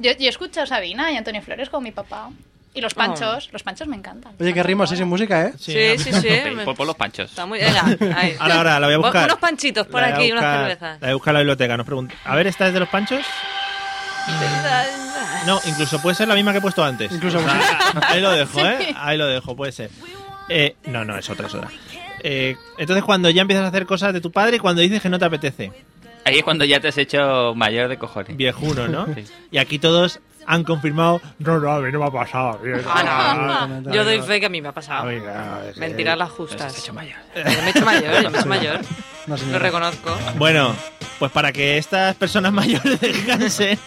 B: Yo, yo he escuchado a Sabina y Antonio Flores con mi papá. Y
D: Oh.
B: los panchos, los panchos me encantan.
E: Oye, qué ritmo así sin música, ¿eh?
D: Sí, sí, sí.
C: Pe- Por, por los panchos.
D: Está muy... Venga, ahí.
A: Ahora, ahora, la voy a
D: Pon
A: buscar.
D: Unos panchitos por
A: La voy a
D: aquí, unas
A: buscar-
D: cervezas.
A: La voy a buscar en la biblioteca. Nos pregunta. A ver, ¿esta es de los panchos? No, incluso puede ser la misma que he puesto antes.
E: Incluso
A: O sea, ahí lo dejo, ¿eh? Ahí lo dejo, puede ser. Eh, no, no, es otra, es otra. Eh, entonces, cuando ya empiezas a hacer cosas de tu padre y cuando dices que no te apetece,
C: Ahí es cuando ya te has hecho mayor de cojones.
A: viejuno, ¿no?
C: Sí.
A: Y aquí todos han confirmado, no, no, a mí no me ha pasado. a mí no". eh,
D: Ah,
E: Ah,
D: no. Yo doy fe que a mí me ha pasado.
A: A mí no, es que-
D: Mentiras las
C: Te has
D: justas.
C: hecho mayor.
D: Yo me he hecho mayor, yo me he hecho mayor.
E: No, señora.
D: Lo reconozco.
A: Bueno, pues para que estas personas mayores descansen,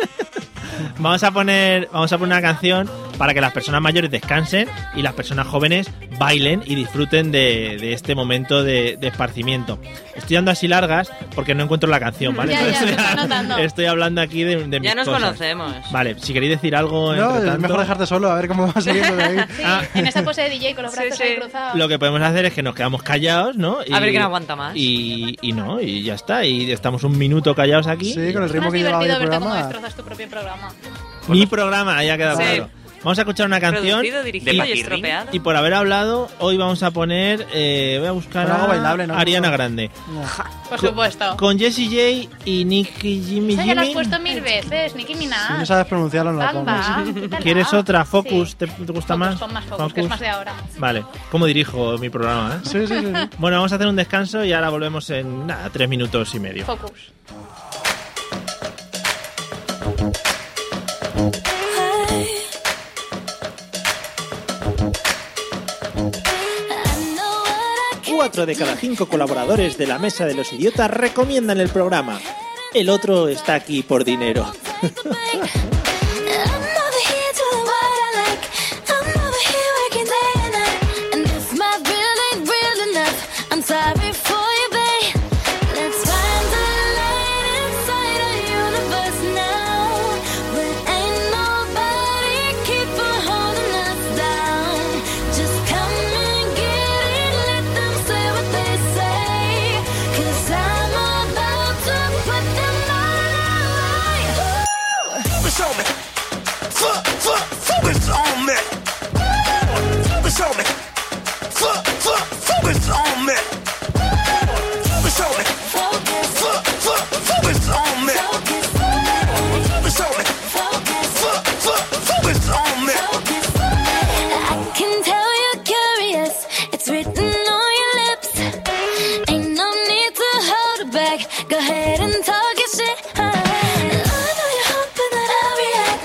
A: vamos a poner vamos a poner una canción para que las personas mayores descansen y las personas jóvenes bailen y disfruten de, de este momento de, de esparcimiento. Estoy dando así largas porque no encuentro la canción, ¿vale?
B: Ya, ya,
A: Entonces,
B: lo estoy notando.
A: estoy hablando aquí de, de mis
D: Ya nos
A: cosas.
D: conocemos.
A: Vale, si queréis decir algo,
E: No,
A: entre
E: es
A: tanto,
E: mejor dejarte solo, a ver cómo vas saliendo de ahí.
B: Sí,
A: Ah.
B: en esta pose de DJ con los
D: Sí,
B: brazos
D: sí.
B: ahí cruzados.
A: lo que podemos hacer es que nos quedamos callados, ¿no?
D: A ver quién aguanta más.
A: Y, y no, y ya está. Y estamos un minuto callados aquí.
E: Sí, con el
B: es
E: ritmo
B: más
E: que llevaba yo
B: divertido
E: el
B: verte cómo
E: programa.
B: destrozas tu propio programa.
A: Mi programa, ya ha quedado
D: Sí.
A: claro. Vamos a escuchar una canción.
D: Producido,
C: de
D: dirigido y
C: Paquirrín.
D: estropeado.
A: Y por haber hablado, hoy vamos a poner. eh, voy a buscar
E: Pero algo
A: a
E: bailable, ¿no?
A: Ariana Grande.
E: No.
B: Por
A: Co-
B: supuesto.
A: Con Jesse J y Nicky Jimmy
B: Esa ya la has
A: Jimmy.
B: puesto mil veces, Nicki
E: Si no
B: Minaj.
E: sabes pronunciarlo, no lo pongas.
B: Bamba, quítala.
A: ¿Quieres otra? ¿Focus?
B: Sí.
A: ¿Te, te gusta
B: Focus,
A: más?
B: pon más focus, que es más de ahora.
A: Vale, ¿cómo dirijo mi programa? eh?
E: Sí, sí, sí. sí.
A: Bueno, vamos a hacer un descanso y ahora volvemos en nada, tres minutos y medio.
B: Focus.
A: Cuatro de cada cinco colaboradores de la Mesa de los Idiotas recomiendan el programa. El otro está aquí por dinero.
F: Just come and get it, let them say what they say. Cause I'm about to put them all away.
G: Focus on me. Fo- fo- Focus on me. Focus on me. Fo- fo- Focus on me. Focus on me.
F: Focus,
G: Fo- fo- Focus on me.
F: focus, focus,
G: Focus on me.
F: focus.
G: Fo- fo- Focus on me.
F: I can tell you're curious. It's written on your lips. Ain't no need to hold it back. Go ahead and talk your shit. huh? I know you're hoping that I'll react.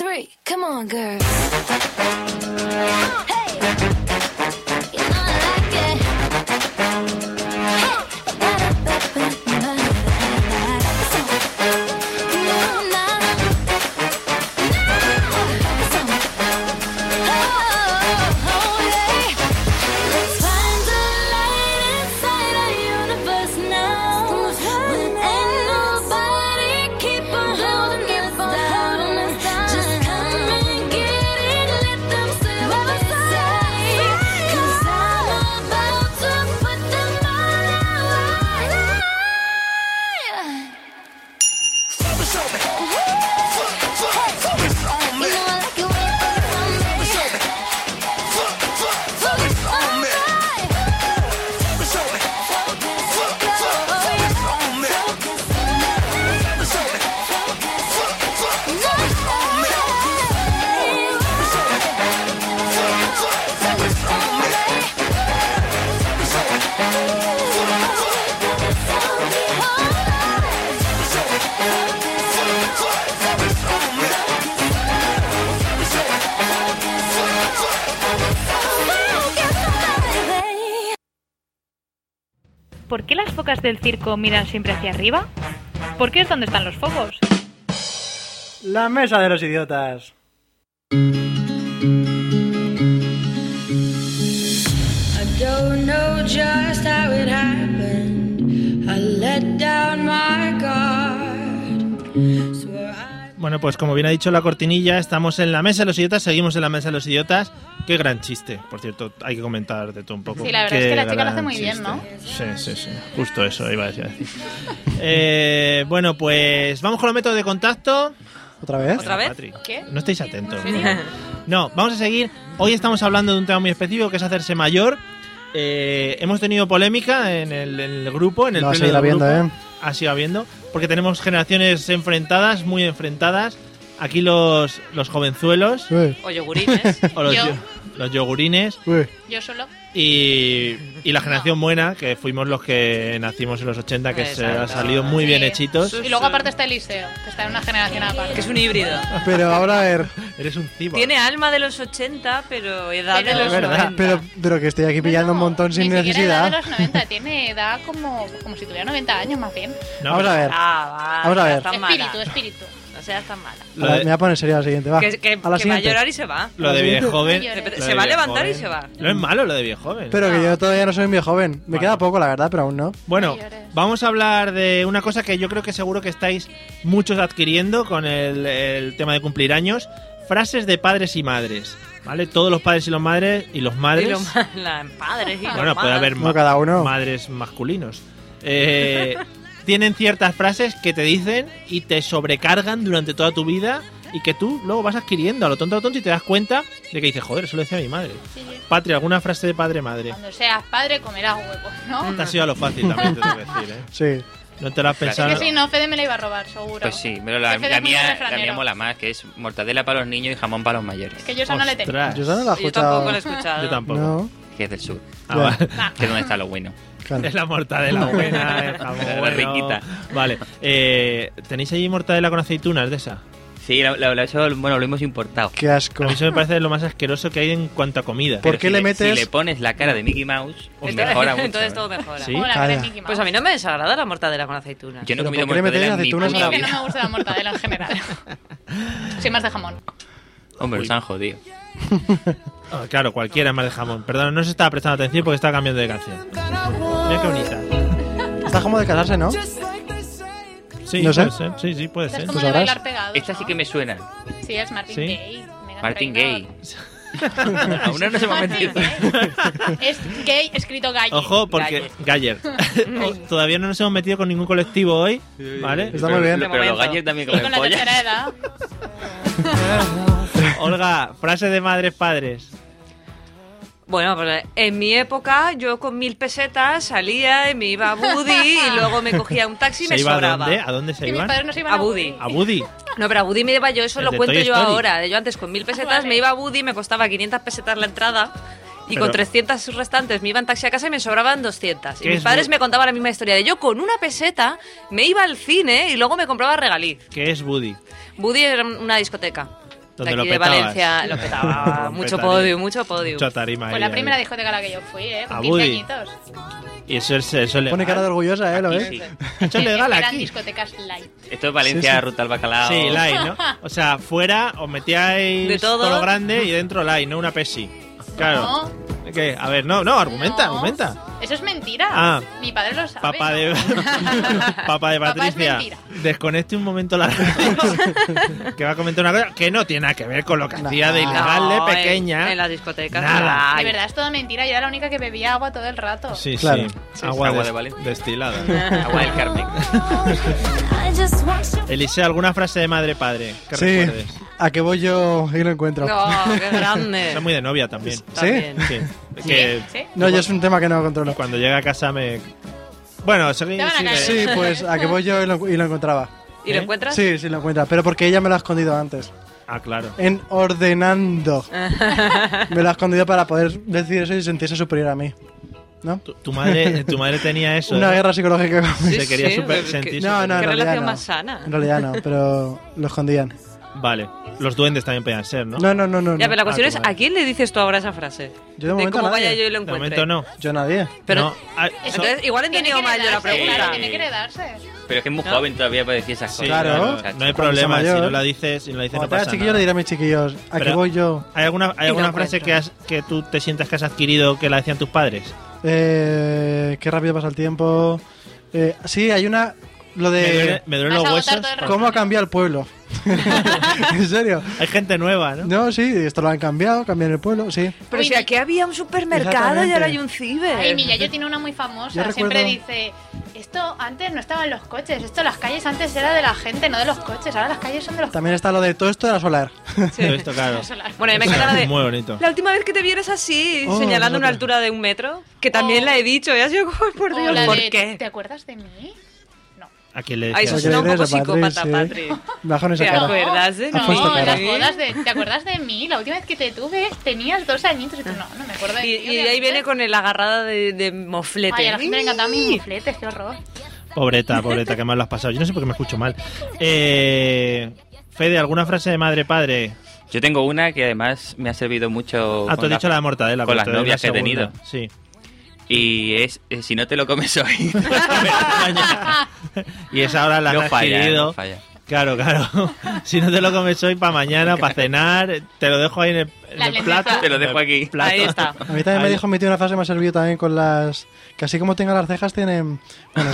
F: free. Come on, girls. Hey. You know I like it. Hey. Let's find the light inside our universe now. When ain't nobody keep on holding us down. Just come and get it, let them say what they say. 'Cause I'm about to put them all out.
G: Focus on me. Fo- fo- Focus on
F: You
G: me.
F: know I like it when you
G: Focus
F: focus
G: on me. Fo- fo- Focus on me. Focus on me. Fo- fo- Focus on me. Focus on me. Fo- fo- Focus on me. Focus on me. Fo- fo- Focus on me. Focus on me. Fo- fo-
H: ¿Por qué las focas del circo miran siempre hacia arriba? ¿Por qué es donde están los focos?
E: La mesa de los idiotas.
I: I don't know just how it happened. I let down
J: Oh
I: my guard. Swore I
A: Bueno, pues como bien ha dicho la cortinilla, estamos en la mesa de los idiotas, seguimos en la mesa de los idiotas. Qué gran chiste, por cierto, hay que comentar de todo un poco.
B: Sí, la verdad
A: Qué
B: es que la chica lo hace
A: gran
B: muy bien, ¿no?
A: chiste. Sí, sí, sí, justo eso iba a decir. Eh, bueno, pues vamos con los métodos de contacto.
E: ¿Otra vez?
D: ¿Otra vez?
A: Patri,
B: ¿Qué?
A: No estáis atentos.
B: ¿En serio?
A: No, vamos a seguir. Hoy estamos hablando de un tema muy específico que es hacerse mayor. Eh, hemos tenido polémica en el, en el grupo, en el
E: No,
A: pleno
E: se irá
A: del
E: viendo,
A: grupo.
E: ¿eh?
A: Ha sido habiendo, porque tenemos generaciones enfrentadas, muy enfrentadas. Aquí los, los jovenzuelos,
E: Uy,
D: O yogurines.
A: o los,
B: Yo.
A: yo- los yogurines,
E: uy.
B: Yo solo.
A: y, y la generación buena, que fuimos los que nacimos en los 80, que se ha
D: Exacto.
A: salido muy bien
B: Sí.
A: hechitos.
B: Y luego aparte está Eliseo, que está en una generación
D: Que
B: aparte.
D: es un híbrido.
E: Pero ahora a ver.
A: Eres un cibo.
D: Tiene alma de los 80, pero edad
B: Pero-
D: de los
B: Es verdad.
D: 90.
E: Pero, pero que estoy aquí pillando un
B: No,
E: montón sin
B: ni siquiera
E: necesidad.
B: edad de los 90, tiene edad como, como si tuviera 90 años más bien.
A: No,
E: Vamos
A: pero-
E: a ver.
D: Ah, va,
E: Vamos a
D: no
E: ver.
D: seas tan mala.
B: espíritu, espíritu.
D: No seas tan mala.
A: Lo
E: A
A: de-
E: ver, me voy a poner serio a la siguiente, va.
D: Que, que-
E: a la
D: que va a
E: siguiente.
D: llorar y se va.
A: Lo de bien joven.
B: Se-
A: lo de
D: se
A: bien
D: va a levantar y
A: joven.
D: se va.
A: No es malo lo de bien joven.
E: Pero
D: Ah.
E: que yo todavía no soy un viejo joven. Me
A: Vale.
E: queda poco, la verdad, pero aún no.
A: bueno,
B: Mayores.
A: vamos a hablar de una cosa que yo creo que seguro que estáis muchos adquiriendo con el, el tema de cumplir años. Frases de padres y madres. ¿Vale? Todos los padres y los madres y los madres.
D: Y lo mala, padres y lo
A: Bueno, puede
D: mala.
A: haber
E: No,
A: ma-
E: cada uno.
A: madres masculinos. Eh, tienen ciertas frases que te dicen y te sobrecargan durante toda tu vida y que tú luego vas adquiriendo a lo tonto a lo tonto y te das cuenta de que dices, joder, eso lo decía mi madre. Patria, alguna frase de padre-madre.
B: Cuando seas padre comerás huevos, ¿no?
A: Te ha sido a lo fácil también, te tengo que decir, ¿eh?
E: Sí.
A: No te lo has
B: Es
A: pensado.
B: que si no, Fede me la iba a robar, seguro.
C: Pues sí, pero la,
B: Jefe de
C: la
B: Julio
C: mía, la
B: Refranero.
C: mía mola más, que es mortadela para los niños y jamón para los mayores,
B: Que yo esa no le tengo.
A: Ostras,
E: Yo esa no la he
D: Yo tampoco
E: escuchado.
D: lo he escuchado.
A: yo tampoco.
E: No.
C: que es del sur,
A: Ah,
E: Ya.
A: vale.
C: que es donde está lo bueno.
E: claro.
A: Es la mortadela buena, el jamón
C: La
A: bueno.
C: riquita.
A: Vale. Eh, ¿Tenéis allí mortadela con aceitunas de esa?
C: Sí, la, la- la- eso, bueno, lo hemos importado.
E: Qué asco.
A: A mí eso me parece lo más asqueroso que hay en cuanto a comida.
E: ¿Por
C: Pero
E: qué
C: si
E: le metes-
C: Si le pones la cara de Mickey Mouse, pues
D: Entonces-
C: mejora mucho.
D: Entonces
C: ¿eh?
D: todo mejora.
A: Sí.
B: Como la cara de
E: Calla.
B: Mickey Mouse.
D: Pues a mí no me desagrada la mortadela con aceituna.
C: Yo no
E: ¿Pero
C: he comido
E: por qué le metes
C: mortadela en mi
E: aceitunas
B: A mí
C: puta
B: es que
C: vida.
B: no me gusta la mortadela en general. Soy más de jamón.
C: Hombre, los han jodido.
A: Ah, claro, cualquiera más de jamón. Perdón, no se estaba prestando atención porque estaba cambiando de canción. Mira qué bonita.
E: Está como de casarse, ¿no?
A: Sí,
E: No sé.
A: puede ser. Sí, sí, puede
B: Estás
A: ser.
B: como
E: Pues
B: de
E: sabrás.
B: bailar pegados,
C: Esta sí
B: ¿no?
C: que me suena.
B: Sí, es Martin
A: Sí.
B: Gay. Megan
C: Martin
B: Trainor.
C: Gay. A uno no se va a mentir.
B: ¿eh? Martin Gay. Es gay escrito gay.
A: Ojo, porque. Galler. Oh, Todavía no nos hemos metido con ningún colectivo hoy. ¿Vale?
E: Está muy bien.
C: Pero, pero los gallos también
B: Y con
C: comen
B: la tercera
C: pollas.
B: edad.
A: Olga, frase de madres padres.
D: Bueno, pues en mi época yo con mil pesetas salía y me iba a Buddy y luego me cogía un taxi y me
A: ¿Se iba a
D: sobraba.
A: dónde? ¿A dónde se
B: Y mis
A: iban?
B: padres nos iban
D: A
B: a
D: Buddy.
A: A Buddy.
D: No, pero a Buddy me iba yo, eso
A: El
D: lo
A: de
D: cuento
A: Toy
D: yo
A: Story.
D: ahora. Yo antes con mil pesetas
B: Vale.
D: me iba a Buddy, me costaba 500 pesetas la entrada. Y
A: Pero-
D: con 300 restantes me iba en taxi a casa y me sobraban 200. Y
A: ¿Qué
D: mis
A: es
D: padres
A: Bu-
D: me contaban la misma historia de yo con una peseta me iba al cine y luego me compraba regaliz.
A: ¿Qué es Buddy?
D: Buddy era una discoteca.
A: Donde
D: aquí
A: lo
D: de
A: petabas.
D: Valencia lo petaba. mucho
A: Petaría.
D: podium, mucho podium.
A: Mucha tarima
B: Fue
A: ahí,
B: Pues
A: Ah,
B: la
A: ahí.
B: primera discoteca a la que yo fui, ¿eh? Con
A: A
B: 15
A: Buddy.
B: añitos.
A: Y eso es, eso Ah, es
E: Pone
A: legal.
E: cara de orgullosa, ¿eh? ¿Lo ves?
C: sí.
A: Eso es legal
B: Eran
A: aquí.
B: discotecas light.
C: Esto es Valencia,
E: Sí, sí.
C: Ruta al Bacalao.
A: Sí, light, ¿no? O sea, fuera os metíais
D: De todo.
A: lo grande y dentro light, no una pesi. Claro. ¿Qué? A ver, no, no, argumenta,
B: No.
A: argumenta.
B: Eso es mentira.
A: Ah.
B: Mi padre lo sabe.
A: Papá de, papá de
B: Papá es
A: Patricia,
B: mentira.
A: desconecte un momento la radio, que va a comentar una cosa que no tiene nada que ver con lo que hacía de ilegal
D: No,
A: de
D: en-
A: pequeña.
D: En, las discotecas.
A: Nada.
B: De
D: ay.
B: verdad, es todo mentira. Yo era la única que bebía agua todo el rato.
A: Sí,
E: Claro.
A: sí. Agua,
C: Agua
A: des-
C: de Valencia.
A: destilada.
C: Agua del Carmen.
F: I just want you.
A: Eliseo, ¿alguna frase de madre padre que
E: Sí,
A: recuerdes?
E: a que voy yo y lo encuentro.
D: No, qué grande.
A: Está muy de novia también.
D: También.
A: Sí.
B: ¿Sí?
A: Que
B: ¿Sí?
E: No, yo es un tema que no controlo.
A: cuando llega a casa me. Bueno, seguí-
B: Te van a
A: sigue.
B: caer.
E: Sí, pues a que voy yo y lo, y lo encontraba.
D: ¿Y lo
A: ¿Eh?
D: encuentras?
E: Sí, sí lo encuentra, pero porque ella me lo ha escondido antes.
A: Ah, claro.
E: En ordenando. me lo ha escondido para poder decir eso y sentirse superior a mí. ¿No?
A: Tu, tu madre, tu madre tenía eso.
E: Una
A: ¿no?
E: guerra psicológica conmigo.
A: Se quería super-
D: que-
A: sentir
E: No, no, en
D: Qué
E: realidad
D: relación
E: no.
D: más sana.
E: En realidad no, pero lo escondían.
A: Vale. Los duendes también podían ser, ¿no?
E: No, no, no, no.
D: Ya,
E: no.
D: pero la cuestión
A: Ah,
D: es,
A: tu madre.
D: ¿a quién le dices tú ahora esa frase?
E: Yo de momento a
D: cómo
E: nadie.
D: vaya yo y lo
A: de
D: encuentre.
A: momento no.
E: Yo a nadie.
D: Pero,
A: No, ah, son-
D: entonces, igual he
B: Tiene que
D: entendido mal yo la
B: quedarse,
D: pregunta.
B: Claro, tiene que heredarse.
C: Pero es que es muy
D: ¿No?
C: joven todavía para decir esas
A: sí,
C: cosas.
E: Claro.
C: muchacho.
A: No hay
E: Cuando sea
A: problema. Si
E: mayor.
A: no la dices, si no la dices, no
E: Cuando tenga
A: pasa
E: chiquillo le
A: nada.
E: diré a mis chiquillos, ¿a
A: Pero-
E: qué voy yo?
A: ¿Hay alguna, hay
D: Y
A: alguna
D: no
A: frase
D: cuenta.
A: que, has- que tú te sientas que has adquirido que la decían tus padres?
E: Eh, qué rápido pasa el tiempo. Eh, sí, hay una... Lo
A: Me
E: de...
A: duele- me duelen
B: Vas
A: los
B: a botar
A: huesos.
B: todo el
E: ¿Cómo ha cambiado el pueblo? ¿En serio?
A: Hay gente nueva, ¿no?
E: No, sí, esto lo han cambiado, cambian el pueblo, sí.
D: Pero si aquí había un supermercado y
E: Exactamente.
D: ahora hay un ciber.
B: Ay, mi Yayo tiene una muy famosa.
E: Yo
B: Siempre
E: recuerdo-
B: dice: Esto antes no estaban los coches. Esto las calles antes era de la gente, no de los coches. Ahora las calles son de los
E: También está lo de todo esto era solar.
D: Sí.
A: Todo esto, claro.
B: coches. Las-
D: Bueno, y me encanta la de...
A: Muy bonito.
D: La última vez que te vieras así,
E: Oh,
D: señalando una
E: otra.
D: altura de un metro, que también
B: Oh.
D: la he dicho, y ha sido como, por
B: O
D: Dios,
B: la
D: ¿por
B: de, ¿Te
D: qué?
B: acuerdas de mí? No.
A: ¿A quién le
D: Ay,
A: decías?
D: eso
E: Oye,
D: suena un poco
E: eres de Madrid,
D: psicópata,
E: sí.
D: Patri.
E: Bajo esa
D: Te
E: cara.
D: acuerdo. ¿Acuerdas
B: no,
D: de
E: mí? Has puesto
B: en las
D: cara.
B: bodas de, ¿Te acuerdas de mí? La última vez que te tuve tenías dos añitos y tú no, no me acuerdo de ti,
D: Y, y de ahí
B: obviamente.
D: viene con el agarrada de, de moflete.
B: Ay, a la gente le encantaban mis mofletes, qué horror.
A: Pobreta, pobreta, que mal lo has pasado. Yo no sé por qué me escucho mal. Eh, Fede, ¿alguna frase de madre-padre?
C: Yo tengo una que además me ha servido mucho.
A: Ah, tú
C: con
A: has
C: la-
A: dicho la de mortadela.
C: con
A: pero
C: las
A: te doy
C: novias que he
A: segunda.
C: tenido.
A: Sí.
C: Y es, eh, si no te lo comes hoy.
A: Y esa ahora la
C: no
A: has
C: falla,
A: adquirido.
C: no falla.
A: Claro, claro. si no te lo comes hoy para mañana, para cenar, te lo dejo ahí en el, en
B: La
A: el
B: lenteja.
A: plato.
C: Te lo dejo
A: En el
C: aquí.
A: plato.
D: Ahí está.
E: A mí también me
A: Ahí.
E: dijo mi tío una frase que me ha servido también con las... Que así como tengo las cejas mm, tienen... Bueno,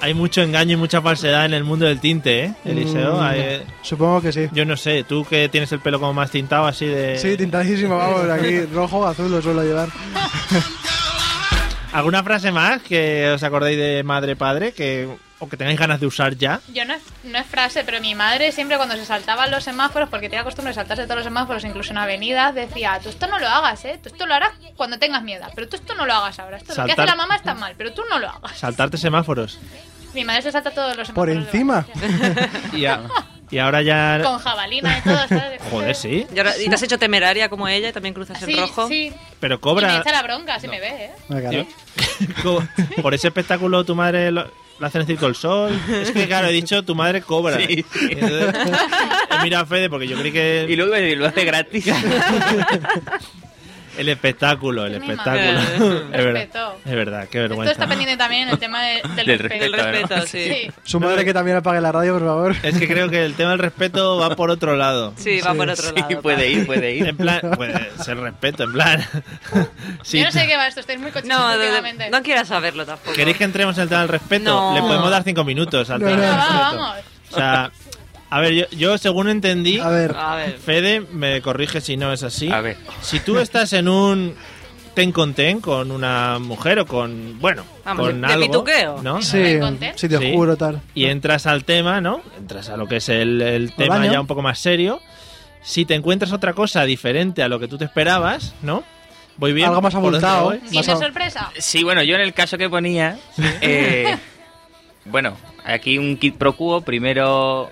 A: Hay mucho engaño y mucha falsedad en el mundo del tinte, ¿eh, Eliseo?
E: mm,
A: Hay-
E: Supongo que sí.
A: yo eh, no sé, tú que tienes el pelo como más tintado así de...
E: Sí, tintadísimo, vamos, aquí rojo, azul lo suelo llevar.
A: ¿Alguna frase más que os acordéis de madre-padre que, o que tengáis ganas de usar ya?
B: Yo no es, no es frase, pero mi madre siempre cuando se saltaban los semáforos, porque tenía costumbre de saltarse todos los semáforos, incluso en avenidas, decía, tú esto no lo hagas, ¿eh? Tú esto lo harás cuando tengas miedo, pero tú esto no lo hagas ahora. Esto lo que
A: Saltar-
B: hace la mamá está mal, pero tú no lo hagas.
A: Saltarte semáforos.
B: Mi madre se salta todos los
E: Por
B: semáforos. de
E: encima.
B: Valencia.
A: Y, a- y ahora ya...
B: Con jabalina y todo, ¿sabes?
A: Joder, sí.
D: Y, ahora- y te has hecho temeraria como ella y también cruzas
B: Sí,
D: en rojo.
B: sí.
A: Pero
B: Y me
A: cobra...
B: echa la bronca si me ve, ¿eh?
E: Ah, claro.
A: Co- Por ese espectáculo tu madre lo, lo hace en el circo el sol. Es que claro, he dicho tu madre cobra.
C: Sí.
A: Entonces, he mirado a Fede porque yo creí que
C: Y luego lo hace gratis.
A: el espectáculo, el
B: Mi madre.
A: espectáculo.
C: Eh,
A: es verdad.
B: Respeto.
A: Es verdad, qué
B: Esto está
A: vergüenza.
B: pendiente también el tema de- del,
C: Del
B: respeto.
D: El
C: respeto, ¿no?
D: respeto, sí.
B: Sí.
E: Su
A: eh.
E: madre que también apague la radio, por favor.
A: Es que creo que el tema del respeto va por otro lado.
D: Sí, va por otro lado.
C: Sí, puede ir, puede ir.
A: En plan, pues el respeto, en plan. Sí.
B: Yo no sé qué va esto, estáis muy cochinos
D: No, de- de-
B: últimamente.
D: no quieras saberlo tampoco.
A: ¿Queréis que entremos en el tema del respeto?
D: No.
A: Le podemos dar cinco minutos al tema
E: No,
A: del
E: no.
A: respeto.
B: Va, vamos.
A: O sea, a ver, yo, yo según entendí,
E: A ver,
D: A ver.
A: Fede, me corrige si no es así.
C: A ver.
A: Si tú estás en un ten con ten con una mujer o con, bueno,
D: Vamos,
A: con
D: de- de
A: algo,
D: pituqueo.
A: ¿no?
E: sí,
B: conté?
E: sitio
A: Sí.
E: oscuro, tal.
A: Y entras al tema, ¿no? Entras a lo que es el, el tema
E: baño.
A: ya un poco más serio. Si te encuentras otra cosa diferente a lo que tú te esperabas, ¿no? Voy bien.
E: Algo más
A: ¿Por dónde
E: abultado.
A: voy?
B: ¿Tiene
E: Más a-
B: sorpresa?
C: Sí, bueno, yo en el caso que ponía. eh, bueno, aquí un kit pro quo. Primero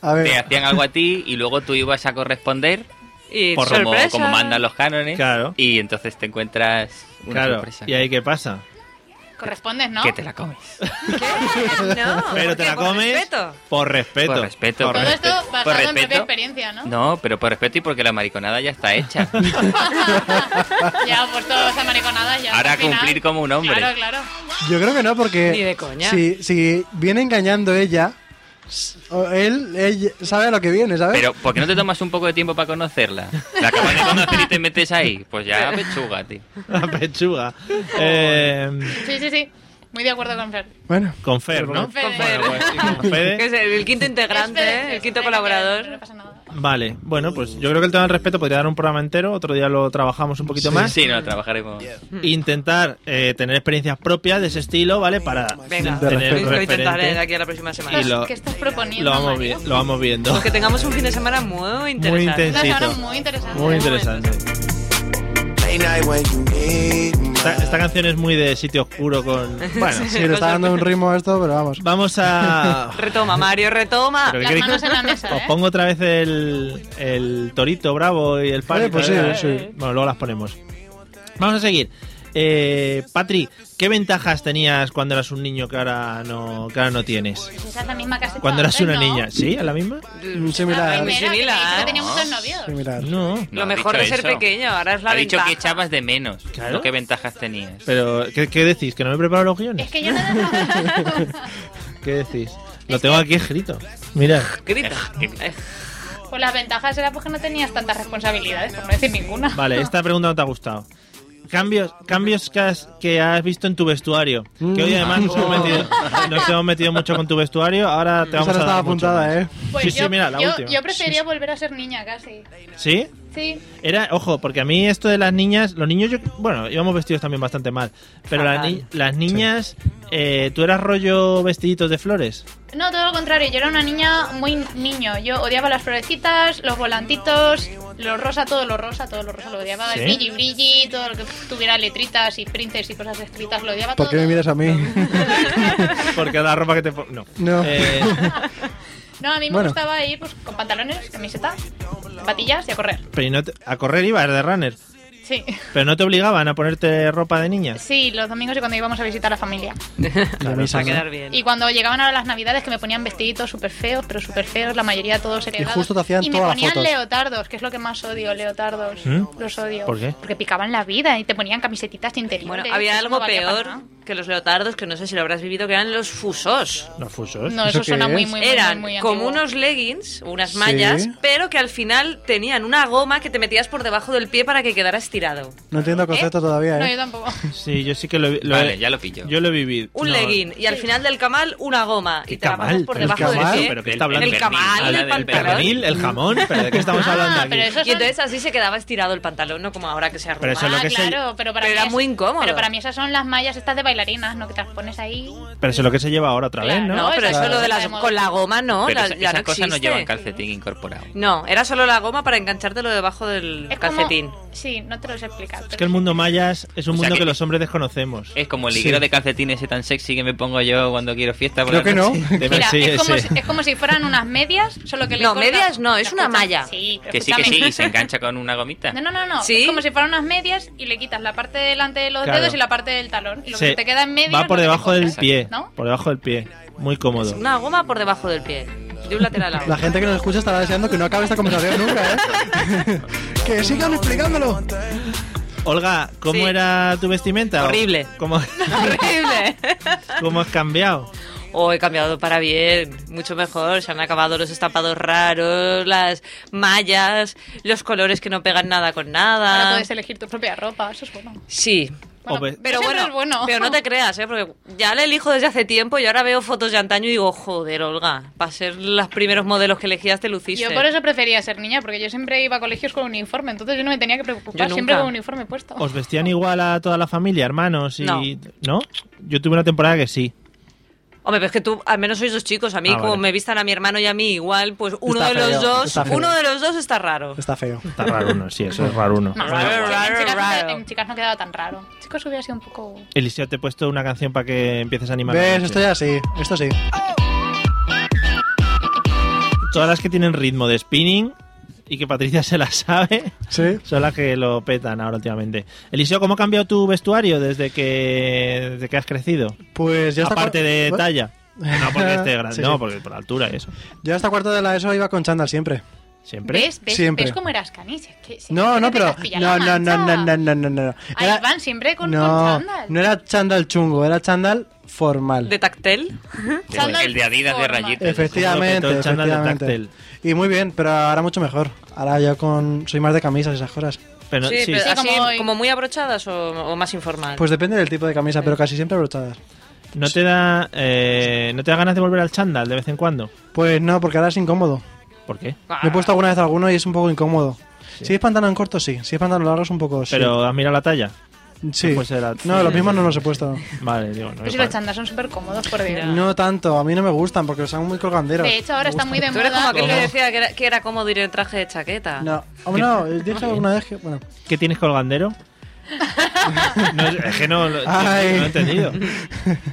E: A
C: te
A: Eh.
E: ver,
C: hacían algo a ti y luego tú ibas a corresponder.
D: Y
A: Por
C: como,
D: sorpresa.
C: como mandan los cánones.
A: Claro.
C: Y entonces te encuentras una
A: Claro.
C: sorpresa.
A: ¿Y ahí qué pasa?
B: Correspondes, ¿no?
C: Que te la comes.
D: No,
A: Pero te
D: porque
A: la
D: por
A: comes
D: respeto.
A: por respeto.
C: Por respeto.
A: Por
C: Todo
B: Todo
A: respeto.
B: esto
C: Por
B: basado en propia
C: respeto.
B: experiencia, ¿no?
C: No, pero por respeto y porque la mariconada ya está hecha.
B: ya, pues todo esa mariconada ya.
C: Ahora
B: al final.
C: cumplir como un hombre.
B: Claro, claro.
E: Yo creo que no, porque.
D: Ni de coña.
E: Si, si viene engañando ella, s- o él, ella sabe a lo que viene, ¿sabes?
C: Pero, ¿por qué no te tomas un poco de tiempo para conocerla? La acabas de conocer y te metes ahí. Pues ya, pechuga, tío.
A: La pechuga. Eh,
B: Sí, sí, sí. Muy de acuerdo con Fer.
E: Bueno.
A: con Fer, ¿no?
B: Con Fer.
A: Bueno, pues, y con
D: Que
A: Fede.
D: es el, el quinto integrante,
B: Es Fer,
D: ¿eh? el quinto
B: Fer,
D: colaborador.
B: No pasa nada.
A: Vale, bueno, pues yo creo que el tema del respeto podría dar un programa entero, otro día lo trabajamos un poquito más.
C: Sí, no, trabajaremos.
A: Intentar eh, tener experiencias propias de ese estilo, ¿vale? Para
D: Venga,
E: De
A: tener
E: respeto.
A: un
D: lo intentaré de
A: referente.
D: aquí a la próxima semana.
A: Y lo,
B: ¿Qué estás proponiendo?
A: lo vamos,
B: Mario?
A: vi- lo vamos viendo.
D: Pues que tengamos un fin de semana muy
A: Muy
D: interesante.
B: Una semana
A: intensito.
B: muy interesante.
A: Muy interesante.
G: Late night when you need me.
A: Esta, esta canción es muy de sitio oscuro con... Bueno,
E: Sí, le está dando un ritmo a esto, pero vamos.
A: vamos a...
D: Retoma, Mario, retoma.
A: Pero
B: Las
A: ¿queréis-
B: manos en la mesa,
A: Os
B: ¿eh?
A: pongo otra vez el, el torito bravo y el pan. Eh,
E: Vale, pues sí, sí.
A: Bueno, luego las ponemos. Vamos a seguir. Eh, Patri, ¿qué ventajas tenías cuando eras un niño que ahora no, que ahora no tienes?
B: Esa es la misma casa.
A: Cuando eras una niña, ¿sí? ¿A la misma?
E: Mm, Similar.
B: Primera, que
D: Muy
B: me
D: similar.
B: dijo que tenía muchos novios.
E: Similar.
A: No.
C: No,
D: lo
C: ha
D: mejor
C: dicho
D: de ser
C: eso.
D: pequeño, ahora es la
C: Ha dicho
D: ventaja.
C: que echabas de menos.
A: Claro.
C: No qué ventajas tenías.
A: Pero, ¿qué, qué decís? ¿Que no me he preparado los guiones?
B: Es que yo no
A: ¿Qué decís? Lo tengo aquí escrito. Mira,
D: Grita. Eh,
B: Pues las ventajas era pues que no tenías tantas responsabilidades, por no decir ninguna.
A: vale, esta pregunta no te ha gustado. Cambios, cambios que, has, que has visto en tu vestuario. Que hoy además nos hemos metido, nos hemos metido mucho con tu vestuario. Ahora te
E: Esa
A: vamos
E: no
A: a
E: estaba
A: dar mucho más.
E: apuntada, ¿eh?
B: Pues
A: sí,
B: yo,
A: sí, mira, la
B: yo,
A: última.
B: yo prefería volver a ser niña casi.
A: ¿Sí?
B: Sí.
A: Era, ojo, porque a mí esto de las niñas, los niños, yo, bueno, íbamos vestidos también bastante mal, pero las, ni- las niñas, eh, tú eras rollo vestiditos de flores.
B: No, todo lo contrario, yo era una niña muy niño. Yo odiaba las florecitas, los volantitos, lo rosa, todo lo rosa, todo lo rosa lo odiaba.
A: ¿Sí?
B: El brilli brilli, todo lo que tuviera letritas y princes y cosas escritas lo odiaba
E: ¿Por
B: todo.
E: qué me miras a mí?
A: Porque la ropa que te pon- no.
E: No.
A: Eh,
B: No, a mí me
E: Bueno.
B: gustaba ir pues, con pantalones, camiseta, patillas y a correr.
A: pero y no te- a correr ibas de runner,
B: Sí.
A: pero no te obligaban a ponerte ropa de niña.
B: Sí, los domingos y cuando íbamos a visitar a la familia.
D: Va
E: La misa,
D: a
E: ¿no?
D: quedar bien.
B: Y cuando llegaban ahora las navidades que me ponían vestiditos súper feos, pero súper feos, la mayoría todos heredados.
E: justo te hacían
B: y me
E: todas las
B: ponían
E: fotos.
B: leotardos, que es lo que más odio, leotardos.
A: ¿Mm?
B: Los odio.
A: ¿Por qué?
B: Porque picaban la vida y te ponían camisetitas interiores.
D: Bueno, había
B: eso
D: algo
B: no valía para
D: peor
B: nada.
D: que los leotardos, que no sé si lo habrás vivido, que eran los fusos.
A: Los fusos.
B: No, eso,
E: ¿Eso qué
B: suena muy,
E: es?
B: muy, muy,
D: Eran
B: muy, muy
D: como
B: antiguo.
D: unos leggings, unas
E: Sí.
D: mallas, pero que al final tenían una goma que te metías por debajo del pie para que quedara estirado.
E: No entiendo el concepto todavía,
B: No,
E: ¿eh?
B: yo tampoco.
A: Sí, yo sí que lo, he- lo he-
C: Vale, ya lo pillo.
A: Yo lo he vivido.
D: Un
A: No,
D: legging y al final del camal una goma y
A: ¿Qué
D: te la pasas
A: camal?
D: por
A: ¿El
D: debajo del
E: camal?
D: pie.
A: ¿Pero qué está hablando?
D: El camal,
C: Habla
D: el
C: del
A: El pernil, el jamón, pero ¿de qué estamos
B: Ah,
A: hablando aquí?
B: pero eso
D: Y entonces así se quedaba estirado el pantalón, no como ahora que se
A: Pero
D: arruga.
A: eso es lo
B: Ah,
A: que se-
B: claro, pero para
D: Pero
B: mí
D: era
B: es-
D: muy incómodo.
B: Pero para mí esas son las mallas estas de bailarinas, ¿no? Que te las pones ahí.
A: Pero eso es lo que se lleva ahora otra vez,
B: Claro,
A: ¿no?
D: No, pero
B: Claro.
D: eso lo de las con la goma no,
C: Pero
D: la-
C: esa-
D: ya
C: esas
D: no
C: cosas no
D: existe.
C: llevan calcetín incorporado.
D: No, era solo la goma para enganchártelo debajo del
B: Es como-
D: calcetín.
B: Sí, no te lo sé explicar.
A: Es que el mundo mayas es un
C: O sea
A: mundo que,
C: que-
A: los hombres desconocemos.
C: Es como el ligero
A: Sí.
C: de calcetín ese tan sexy que me pongo yo cuando quiero fiesta. por
E: Creo
C: la
E: que
C: noche.
E: no.
A: De-
B: Mira,
A: sí,
B: es, como
A: sí.
B: si, es como si fueran unas medias, solo que le
D: No,
B: cortas-
D: medias no, es una
B: Escucha,
D: malla.
B: Sí, pero
C: Que sí, que sí,
B: escúchame.
C: y se engancha con una gomita.
B: No, no, no, no.
D: Sí.
B: Es como si fueran unas medias y le quitas la parte delante de los
A: Claro.
B: dedos y la parte del talón. Y lo
A: Se-
B: que te queda en medio.
A: Va
B: es lo
A: por
B: que te
A: debajo del
B: cortas,
A: pie.
B: ¿No?
A: Por debajo del pie. Muy cómodo.
D: Una goma por debajo del pie, de un lateral a otro.
E: La gente que nos escucha estará deseando que no acabe esta conversación nunca, ¿eh? que sigan explicándolo.
A: Olga, ¿cómo
D: Sí.
A: era tu vestimenta?
D: Horrible.
A: ¿Cómo,
D: Horrible.
A: cómo has cambiado?
D: Oh, he cambiado para bien, mucho mejor. Se han acabado los estampados raros, las mallas, los colores que no pegan nada con
B: Ahora
D: nada.
B: puedes elegir tu propia ropa, eso es bueno.
D: Sí.
B: Bueno,
A: Hombre.
D: Pero
B: eso
D: bueno,
B: no es bueno.
D: pero no te creas, ¿eh? porque ya la elijo desde hace tiempo y ahora veo fotos de antaño y digo, joder, Olga, para ser los primeros modelos que elegías te luciste.
B: Yo por eso prefería ser niña, porque yo siempre iba a colegios con uniforme, entonces yo no me tenía que
D: Yo
B: preocupar
D: nunca.
B: siempre con uniforme puesto.
A: ¿Os vestían igual a toda la familia, hermanos? Y,
D: No.
A: ¿No? Yo tuve una temporada que sí.
D: Hombre, pero es que tú al menos sois dos chicos. A mí,
A: Ah,
D: como
A: vale.
D: me vistan a mi hermano y a mí igual, pues uno
E: Está
D: de los
E: feo,
D: dos,
E: está feo.
D: uno de los dos está raro.
E: Está feo.
A: Está raro uno, sí, eso es raro uno.
B: No,
D: Raro,
B: en
D: raro,
B: chicas no te-
D: raro.
B: en chicas no quedaba tan raro. Chicos hubiera sido un poco.
A: Eliseo, te he puesto una canción para que empieces a animar. la
E: ¿Ves?
A: noche.
E: Esto ya sí. Esto sí.
A: Todas las que tienen ritmo de spinning y que Patricia se la sabe
E: Sí.
A: son las que lo petan ahora últimamente. Eliseo, ¿cómo ha cambiado tu vestuario desde que, desde que has crecido?
E: Pues ya está.
A: Aparte de talla. No porque esté grande,
E: Sí,
A: no,
E: sí.
A: porque por la altura y eso.
E: Yo hasta cuarto de la ESO iba con chándal siempre.
A: Siempre.
B: ¿Ves? ¿Ves,
E: Siempre.
B: ¿Ves cómo eras canis? Que- si
E: No,
B: te
E: no, pero.
B: dejas pillar
E: No,
B: la
E: no, no,
B: mancha.
E: no, no, no, no. no.
B: Ahí
E: Era-
B: van siempre con, con
E: no,
B: chándal.
E: no era chándal chungo, era chándal formal.
D: ¿De tactel?
B: Chándal
C: El de Adidas de
B: formal.
C: rayitas.
A: Todo
E: Efectivamente,
A: el chándal de
E: efectivamente. Y muy bien, pero ahora mucho mejor. Ahora yo con soy más de camisas y esas cosas.
A: Pero no-
D: sí,
A: sí, ah,
D: pero
A: sí.
B: Sí,
D: así,
B: como
D: como,
B: hoy.
D: muy abrochadas o, o más informal.
E: Pues depende del tipo de camisa, pero casi siempre brochadas.
A: ¿No te da eh, no te da ganas de volver al chándal de vez en cuando?
E: Pues no, porque ahora es incómodo.
A: ¿Por qué?
D: Ah,
E: Me he puesto alguna vez alguno y es un poco incómodo. Si es pantalón corto, sí. Si es pantalón largo, es un poco. sí.
A: Pero has mirado la talla.
E: Sí.
A: Pues era-
E: No, los mismos no los he puesto.
A: Vale, digo, no.
B: Pero Pues si
A: igual.
B: los chándal son súper cómodos, por Dios.
E: No tanto, a mí no me gustan porque son muy colganderos.
B: De hecho, ahora está muy de
D: Tú eres como
B: moda.
D: aquel que
A: ¿Cómo?
D: decía que era, que era cómodo ir en traje de chaqueta.
E: No, hombre, no, dije alguna vez que. Bueno,
A: ¿Qué tienes colgandero? no, es que no, lo-
E: Ay.
A: no lo he entendido.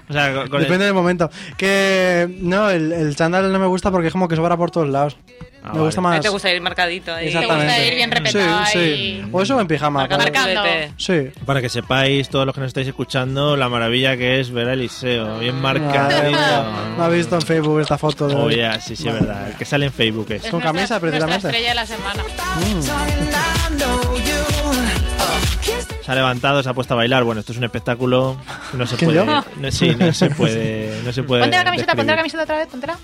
A: O sea, con- con el-
E: depende del momento. Que. No, el, el chándal no me gusta porque es como que sobra por todos lados.
A: Ah,
E: me gusta
A: vale.
D: A
E: más.
D: ti te gusta ir marcadito ahí.
E: Exactamente.
B: Te gusta ir bien repetado
E: Sí,
B: y-
E: sí. O eso en pijama.
D: Marcando
E: pero-
B: Marcando.
D: culete.
E: Sí.
A: Para que sepáis, todos los que nos estáis escuchando, la maravilla que es ver a Eliseo,
E: Ah.
A: bien
E: Madre mía, No ha
A: marcadito.
E: visto en Facebook esta foto. de-
A: Oh, ya, sí, sí, es verdad. El que sale en Facebook es.
B: Es
E: con
B: nuestra-
E: camisa, precisamente.
B: Nuestra estrella de la semana.
A: Se ha levantado, se ha puesto a bailar. Bueno, esto es un espectáculo. No se
E: ¿Quién,
A: puede.
E: yo?
A: No, sí, no se puede. No se puede
B: Ponte la camiseta, ponte la
A: describir.
B: camiseta otra vez, póntela.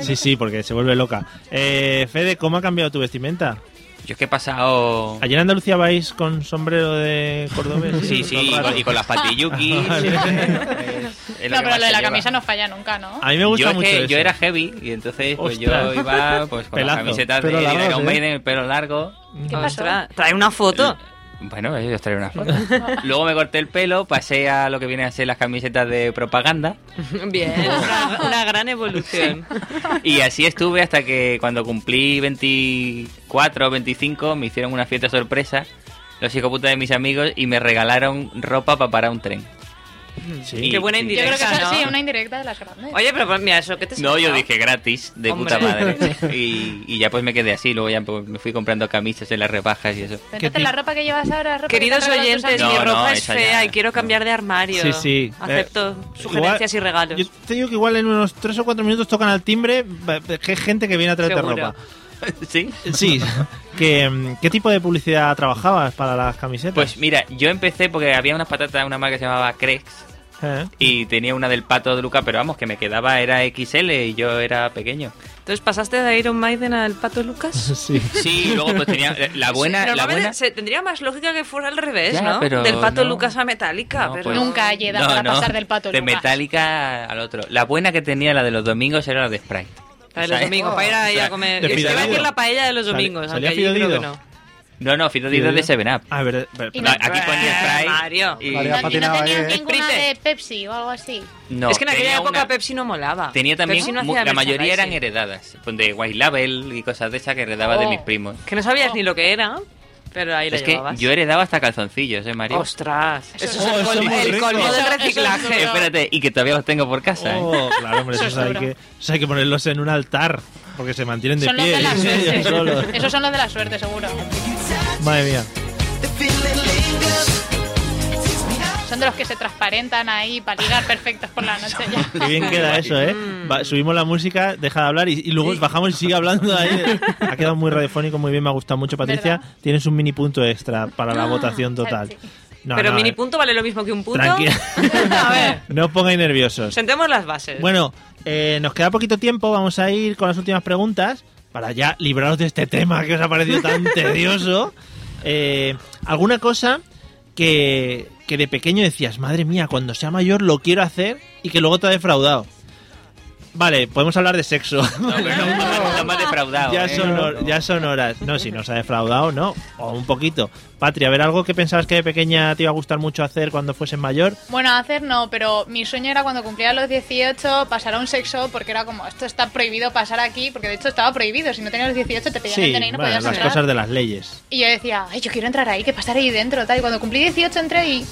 A: Sí, sí, porque se vuelve loca. Eh, Fede, ¿cómo ha cambiado tu vestimenta?
C: Yo es que he pasado.
A: Ayer en Andalucía vais con sombrero de cordobés.
C: Sí, sí, y
A: Con
C: con,
A: rato.
C: y con las Eh, patilluki.
A: Vale.
B: No, pero lo de la camisa no falla nunca, ¿no?
A: A mí me gusta
C: yo, es
A: mucho
C: que
A: eso.
C: yo era heavy y entonces pues, yo
A: Ostras.
C: iba pues, con
A: Pelazo.
C: la camiseta de
E: Pelo
C: Iron
E: largo, sí.
C: Maiden, el pelo largo.
B: ¿Qué pasó?
D: Ostras, trae una foto.
C: Bueno, eh, yo os traeré una foto. Luego me corté el pelo, pasé a lo que vienen a ser las camisetas de propaganda
D: Bien, una, una gran evolución.
C: y así estuve hasta que cuando cumplí 24 o 25 me hicieron una fiesta sorpresa los hijoputas de mis amigos y me regalaron ropa para parar un tren.
A: Mm, Sí.
D: Qué buena
B: Yo creo que
D: indirecta,
B: eso
D: ¿no?
B: sí, una indirecta de las grandes.
D: Oye, pero pues, mira, eso que te
C: No, yo
D: salió?
C: dije gratis, de
D: Hombre.
C: puta madre. Y, y ya pues me quedé así, luego ya pues, me fui comprando camisas en las rebajas y eso.
A: ¿Qué
B: Entonces
A: tipo?
B: la ropa que llevas ahora, ropa que te
D: Queridos
B: han regalado tus
D: oyentes, mi
C: No,
B: amigos.
D: ropa
C: no,
D: es
C: esa
D: fea
C: ya-
D: y quiero cambiar de armario.
A: Sí, sí.
D: Acepto
A: Eh,
D: sugerencias
A: igual-
D: y regalos.
A: Yo te digo que igual en unos 3 o 4 minutos tocan al timbre, va- que hay gente que viene a traerte
D: Seguro.
A: ropa.
C: ¿Sí?
A: Sí. que, mm, ¿Qué tipo de publicidad trabajabas para las camisetas?
C: Pues mira, yo empecé porque había unas patatas, una marca que se llamaba Crex,
A: ¿Eh?
C: y tenía una del pato de Luca, pero vamos, que me quedaba, era XL y yo era pequeño.
D: Entonces, ¿pasaste de Iron Maiden al Pato Lucas?
A: Sí.
C: Sí, y luego pues tenía la buena, la
D: Normalmente
C: buena.
D: se- tendría más lógica que fuera al revés,
C: Ya,
D: ¿no?
C: pero
D: Del Pato
C: no.
D: Lucas a Metallica.
C: No,
D: pero...
C: pues-
B: Nunca hay edad
C: No,
B: para
C: no,
B: pasar del pato
C: De
B: Lucas.
C: Metallica al otro. La buena que tenía la de los domingos era la de Sprite.
D: La de los
C: ¿Sabes?
D: domingos, para ir ahí a comer.
A: De
D: Yo iba a decir
A: Fidalgo.
D: la paella de los
A: Sale-
D: domingos,
A: salía
D: aunque allí creo que
A: Fidalgo.
D: no.
C: No, no, Fito Dido de Seven Up.
A: Ah, verdad. ver-
B: Y
C: No,
B: no-
C: aquí ponía Sprite.
D: Mario.
C: y-
E: Mario,
B: No, y no
E: patinaba ahí,
B: tenías
E: ¿eh?
B: ninguna
D: Sprite.
B: de Pepsi o algo así.
C: No,
D: es que en aquella
C: tenía
D: época
C: una-
D: Pepsi no molaba.
C: Tenía también,
D: Pepsi no
C: mu-
D: hacía
C: la mayoría eran
D: merchandising.
C: heredadas, pues, de White Label y cosas de esas que heredaba
D: Oh.
C: de mis primos.
D: Que no sabías ni lo que era, pero ahí la
C: Oh. Es que
D: llevabas.
C: yo heredaba hasta calzoncillos, ¿eh, Mario?
D: Ostras,
A: Oh,
D: eso, es el
A: eso
D: colmo,
A: es muy
D: el
A: rico.
D: colmo del
B: Eso- eso es
D: reciclaje.
B: duro.
C: Espérate, y que todavía los tengo por casa, ¿eh?
A: Oh, claro, hombre, esos hay, que, esos hay que ponerlos en un altar porque se mantienen de
B: Son los
A: pie.
B: de la
A: Sí,
B: suerte.
A: solos.
B: Esos son los de la suerte, seguro.
A: Madre mía.
B: Son de los que se transparentan ahí para ligar perfectos por la noche
A: Qué
B: ya.
A: bien queda eso, ¿eh?
D: Mm.
A: Va- subimos la música, deja de hablar y, y luego bajamos y sigue hablando ahí. Ha quedado muy radiofónico, muy bien, me ha gustado mucho, Patricia.
B: ¿Verdad?
A: Tienes un mini punto extra para la votación total.
B: sí.
A: No,
D: Ah, pero
A: no,
D: mini
A: eh,
D: punto vale lo mismo que un punto.
A: Tranquila.
D: a ver,
A: No os pongáis nerviosos.
D: sentemos las bases.
A: Bueno, eh, nos queda poquito tiempo, vamos a ir con las últimas preguntas para ya libraros de este tema que os ha parecido tan tedioso. Eh, ¿Alguna cosa que, que de pequeño decías, madre mía, cuando sea mayor lo quiero hacer y que luego te ha defraudado? Vale, podemos hablar de sexo.
C: No, pero no, no, no me has defraudado.
A: ya,
C: ¿eh?
A: son, hor-
C: No.
A: ya son horas. No, si nos ha defraudado, no. O un poquito. Patria, a ver, algo que pensabas que de pequeña te iba a gustar mucho hacer cuando fuesen mayor.
B: Bueno, hacer no, pero mi sueño era cuando cumplía los 18 pasar a un sexo porque era como, esto está prohibido pasar aquí, porque de hecho estaba prohibido, si no tenías los 18 te pedían
A: Sí,
B: entrar y no
A: bueno,
B: podías
A: las
B: entrar.
A: cosas de las leyes.
B: Y yo decía, ay, yo quiero entrar ahí, que pasar ahí dentro, tal. Y cuando cumplí 18 entré y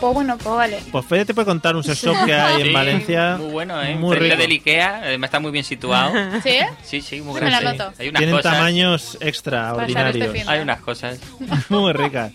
B: Pues bueno, pues vale.
A: Pues Fede te puede contar un sex shop que hay en
C: Sí,
A: Valencia.
C: Muy bueno, ¿eh?
A: Muy
C: Cerca
A: rico.
C: del Ikea, además está muy bien situado.
B: ¿Sí?
C: Sí, sí, muy
B: Me la
C: grande.
B: anoto.
C: Hay unas
A: Tienen
C: cosas.
A: tamaños
B: Pasar este
A: extraordinarios.
B: fin.
C: Hay unas cosas.
A: Muy ricas.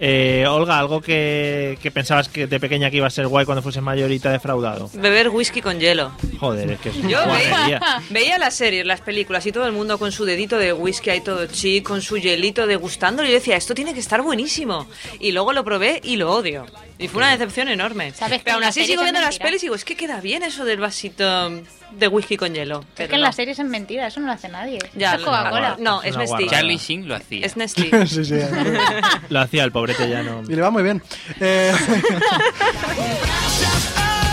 A: Eh, Olga, algo que, que pensabas que de pequeña que iba a ser guay cuando fuese mayor y te ha defraudado.
D: Beber whisky con hielo.
A: Joder, es que es una
D: Yo veía,
A: guarrería.
D: veía las series, las películas y todo el mundo con su dedito de whisky ahí todo chic, con su hielito degustándolo. Y yo decía, esto tiene que estar buenísimo. Y luego lo probé y lo odio. Y fue una decepción enorme.
B: ¿Sabes que
D: Pero aún
B: en
D: así
B: las
D: sigo
B: series
D: viendo
B: es
D: las
B: mentira?
D: pelis y digo, es que queda bien eso del vasito de whisky con hielo.
B: es
D: Pero
B: que en
D: no.
B: las series es mentira, eso no lo hace nadie.
D: Ya,
B: eso es Coca-Cola.
D: No,
A: Es
D: es
A: una
D: Nestlé.
A: guarrada.
C: Charlie Sheen lo hacía.
D: Es Nestlé.
E: sí, sí.
A: Lo hacía el pobrete ya no.
E: Y le va muy bien. Eh,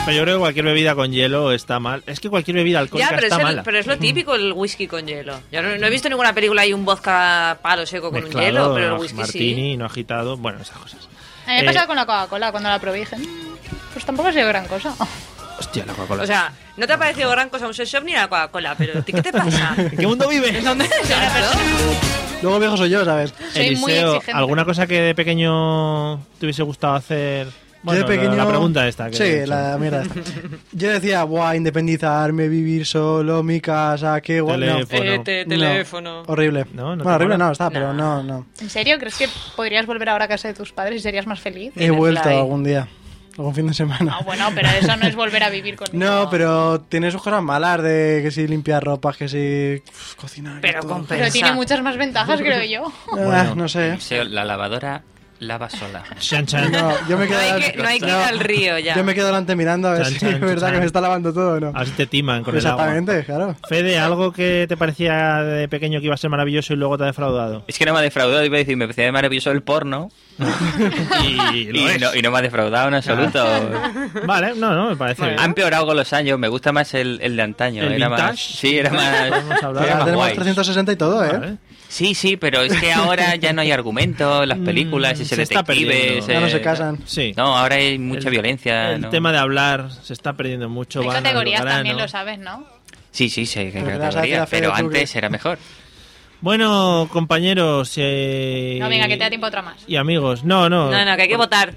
A: Pero yo creo que cualquier bebida con hielo está mal. Es que cualquier bebida alcohólica
D: Ya, pero es,
A: está
D: el-
A: mala.
D: pero es lo típico el whisky con hielo. Yo no, no he visto ninguna película ahí un vodka palo seco con
A: Mezclado,
D: un hielo, pero
A: no,
D: el whisky
A: martini, no agitado, bueno, esas cosas.
B: A mí me
A: Eh,
B: pasaba con la Coca-Cola cuando la probé y dije, "Mm, pues tampoco ha sido gran cosa.
A: Hostia, la
D: sí.
A: Coca-Cola.
D: O sea, no te ha parecido gran cosa un sex shop ni la Coca-Cola, pero ¿qué te pasa?
A: ¿En qué mundo vives?
D: ¿Dónde es una persona?
E: luego viejo soy yo, ¿sabes?
B: Soy muy
A: Eliseo,
B: exigente.
A: ¿alguna cosa que de pequeño te hubiese gustado hacer? Bueno,
E: yo de pequeño...
A: la pregunta esta. Que
E: sí,
A: he hecho.
E: la mierda esta. Yo decía, buah, independizarme, vivir solo, mi casa, qué guay. No.
A: Teléfono.
D: Eh, te-
E: No,
D: teléfono.
E: horrible.
A: No, no te
E: bueno, horrible
A: mola.
E: no, está, pero no, no.
B: ¿En serio? ¿Crees que podrías volver ahora a casa de tus padres y serías más feliz?
E: He vuelto
D: fly.
E: algún día, algún fin de semana.
B: Ah, bueno, pero eso no es volver a vivir con
E: No, pero tiene sus cosas malas de que si limpiar ropas, que si uf, cocinar. que
D: Pero
E: todo.
D: con
B: Pero tiene
D: Pensa.
B: muchas más ventajas, creo yo.
E: Ah,
A: Bueno.
E: No sé.
C: Se- La lavadora lava sola.
A: Chan, chan.
E: No, yo me
D: No
E: quedo
D: hay que, no hay que ir al río ya.
E: Yo me quedo delante mirando a ver
A: Chan,
E: si
A: chan,
E: es verdad
A: chan.
E: que me está lavando todo o no.
A: A ver si te timan con el agua.
E: Exactamente, claro.
A: Fede, ¿algo que te parecía de pequeño que iba a ser maravilloso y luego te ha defraudado?
C: Es que no me ha defraudado, iba a decir, me parecía maravilloso el porno.
A: y lo es.
C: no, y no me ha defraudado en
B: Ah.
C: absoluto.
A: Vale, no, no, me parece
C: Ha
A: bien.
C: empeorado con los años, me gusta más el, el de antaño.
A: ¿El
C: era más,
A: vintage?
C: sí, era más.
A: Vamos a hablar.
C: era
E: Ahora
C: más
E: tenemos
C: guay.
E: 360 y todo, ¿eh?
A: Vale.
C: Sí, sí, pero es que ahora ya no hay argumentos, las películas,
A: Mm,
C: ese
A: se está
C: detective.
A: perdiendo.
C: ese-
E: Ya no se casan.
A: Sí.
C: No, ahora hay mucha
A: El-
C: violencia.
A: El
C: ¿no?
A: tema de hablar se está perdiendo mucho.
B: Hay
A: van al
B: categorías
A: grano.
B: también, lo sabes, ¿no?
C: Sí, sí, sí, que
E: Pero
C: categoría,
E: te vas a hacer la fe
C: pero
E: de tú que-
C: antes era mejor.
A: Bueno, compañeros eh,
B: No, venga, que te da tiempo a otra más.
A: y amigos. No, no.
D: No, no, que hay que votar.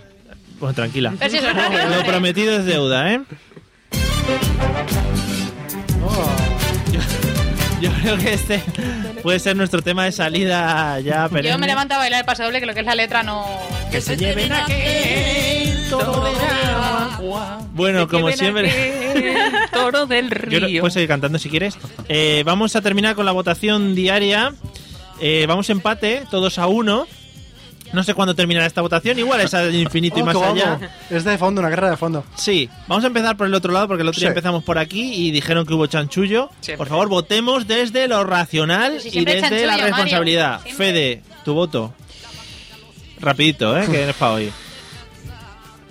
A: Bueno, tranquila.
B: Pero si eso es rápido,
A: Lo
B: hombre.
A: prometido es deuda, ¿eh? Oh. Yo creo que este puede ser nuestro tema de salida ya, pero.
B: Yo me levanto a bailar el paso doble, que lo que es la letra no...
A: Que se lleven aquel toro del agua. Bueno, como siempre.
C: Toro del
A: Yo no-
C: río.
E: pues,
A: puedes seguir cantando si quieres. Eh, vamos a terminar con la votación diaria. Eh, vamos empate, todos a uno. No sé cuándo terminará esta votación, igual esa de infinito y
E: Oh,
A: más
E: qué guapo.
A: allá.
E: Es de fondo, una carrera de fondo.
A: Sí, vamos a empezar por el otro lado porque el otro día
E: Sí.
A: empezamos por aquí y dijeron que hubo chanchullo. Por favor, votemos desde lo racional
B: Pero si
A: y
B: siempre hay
A: desde la
B: chanchullo, Mario.
A: responsabilidad.
B: Siempre.
A: Fede, tu voto. Rapidito, ¿eh? que es para hoy.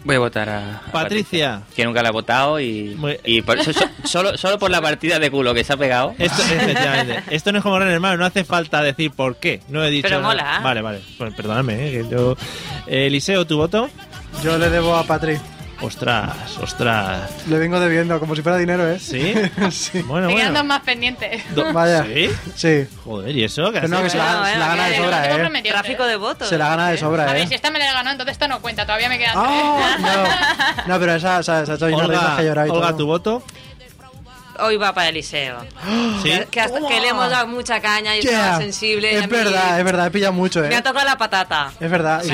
C: Voy a votar a. a
A: Patricia.
C: que nunca la ha votado y,
A: Muy-
C: y por eso, so- solo, solo por la partida de culo que se ha pegado.
A: Esto, efectivamente, esto no es como Gran Hermano, no hace falta decir por qué. No he dicho.
D: Pero
A: nada.
B: ¿eh?
D: mola.
A: Vale, vale. Pues perdóname, ¿eh? que yo. Eh, Eliseo, tu voto.
E: Yo le debo a Patri.
A: Ostras, ostras.
E: Le vengo debiendo, como si fuera dinero, ¿eh?
A: ¿Sí?
E: sí.
A: Bueno,
B: Me quedan dos
A: bueno.
B: más pendientes.
A: Do-
E: Vaya.
A: ¿Sí?
E: Sí.
A: Joder, ¿y eso? ¿Qué
E: Pero no,
A: hace?
E: que se la,
D: Bueno,
E: se la
D: bueno,
E: gana de
B: mira, lo
E: sobra,
B: tengo
E: ¿eh?
B: prometido.
D: Tráfico de votos.
E: Se la gana de
B: A
E: sobra,
B: ver, si
E: ¿eh?
B: esta me la ganó, entonces esta no cuenta, todavía me quedan
A: Ah,
E: Oh,
B: tres.
E: no. no, pero esa, esa, esa Joyner Reyes que
A: Olga,
E: lloraba y
A: Olga,
E: todo.
A: tu voto.
D: Hoy va para Eliseo.
A: Sí.
D: Que, hasta- que le hemos dado mucha caña y
E: Yeah.
D: estaba sensible. y a
E: Es
D: mí
E: verdad, es verdad, he pillado mucho,
D: Me
E: ¿eh?
D: ha tocado la patata.
E: Es verdad. Y
D: Sí.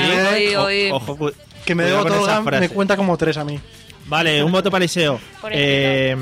D: Hoy,
E: que-
D: hoy.
A: O- ojo, cu-
E: que me
A: cuidado
E: debo
A: con
E: todo,
A: esas
E: Gam, me
A: frases.
E: cuenta como tres a mí.
A: Vale, un voto para Eliseo.
B: Pobrecito.
A: Eh,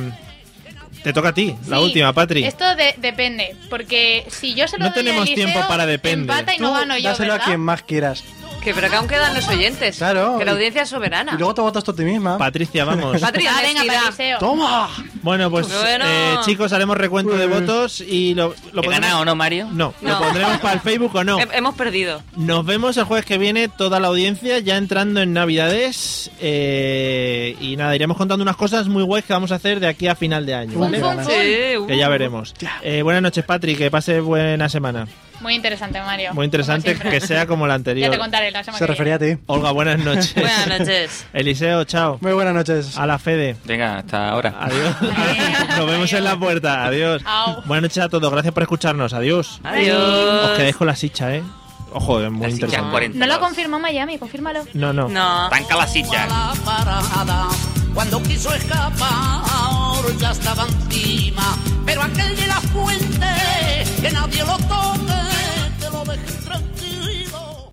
A: te toca a ti, la
B: Sí,
A: última, Patri.
B: Esto de- depende, porque si yo se lo
A: No
B: doy a
A: tenemos
B: Eliseo,
A: tiempo para depende.
B: Empata y no
E: Tú
B: gano yo,
E: dáselo
B: ¿verdad?
E: a quien más quieras.
D: Que pero que aún quedan los oyentes.
E: Claro.
D: Que la
E: Y-
D: audiencia es soberana.
E: Y luego te votas tú a ti misma.
A: Patricia, vamos.
D: Patri,
B: Ah, venga, para
D: honestidad.
B: Eliseo.
E: ¡Toma!
A: bueno, pues
D: Bueno.
A: eh, chicos, haremos recuento de
E: Pues-
A: votos y lo, lo
C: ¿He
A: pondremos-
C: ganado, no, Mario?
A: No, lo
D: No. Em-
A: pondremos para el Facebook o no.
D: He- Hemos perdido.
A: Nos vemos el jueves que viene, toda la audiencia, ya entrando en Navidades. eh, y nada, iremos contando unas cosas muy guays que vamos a hacer de aquí a final de año,
E: Fun,
A: ¿vale?
E: fun, fun.
D: Sí, uh.
A: Que ya veremos. Eh, buenas noches, Patri, que pase buena semana.
B: Muy interesante, Mario.
A: Muy interesante
B: como
A: que
B: siempre.
A: sea como la anterior.
B: Ya te contaré la semana
E: Se
B: que
E: refería a ti.
A: Olga, buenas noches.
D: Buenas noches.
A: Eliseo, chao.
E: Muy buenas noches.
A: A la Fede.
C: Venga, hasta ahora.
A: Adiós. Nos vemos en la puerta. Adiós.
B: Au.
A: Buenas noches a todos. Gracias por escucharnos. Adiós.
D: Adiós.
A: Os quedéis con la sicha, ¿eh? Ojo, es muy
C: Las sillas
A: interesante.
C: 42.
B: No lo confirmó Miami, confírmalo.
A: No, no.
D: No.
C: Tanca la silla.
K: la parada. Cuando quiso escapar, ya estaba encima. Pero aquel de la fuente, que nadie lo toque, te lo deje tranquilo.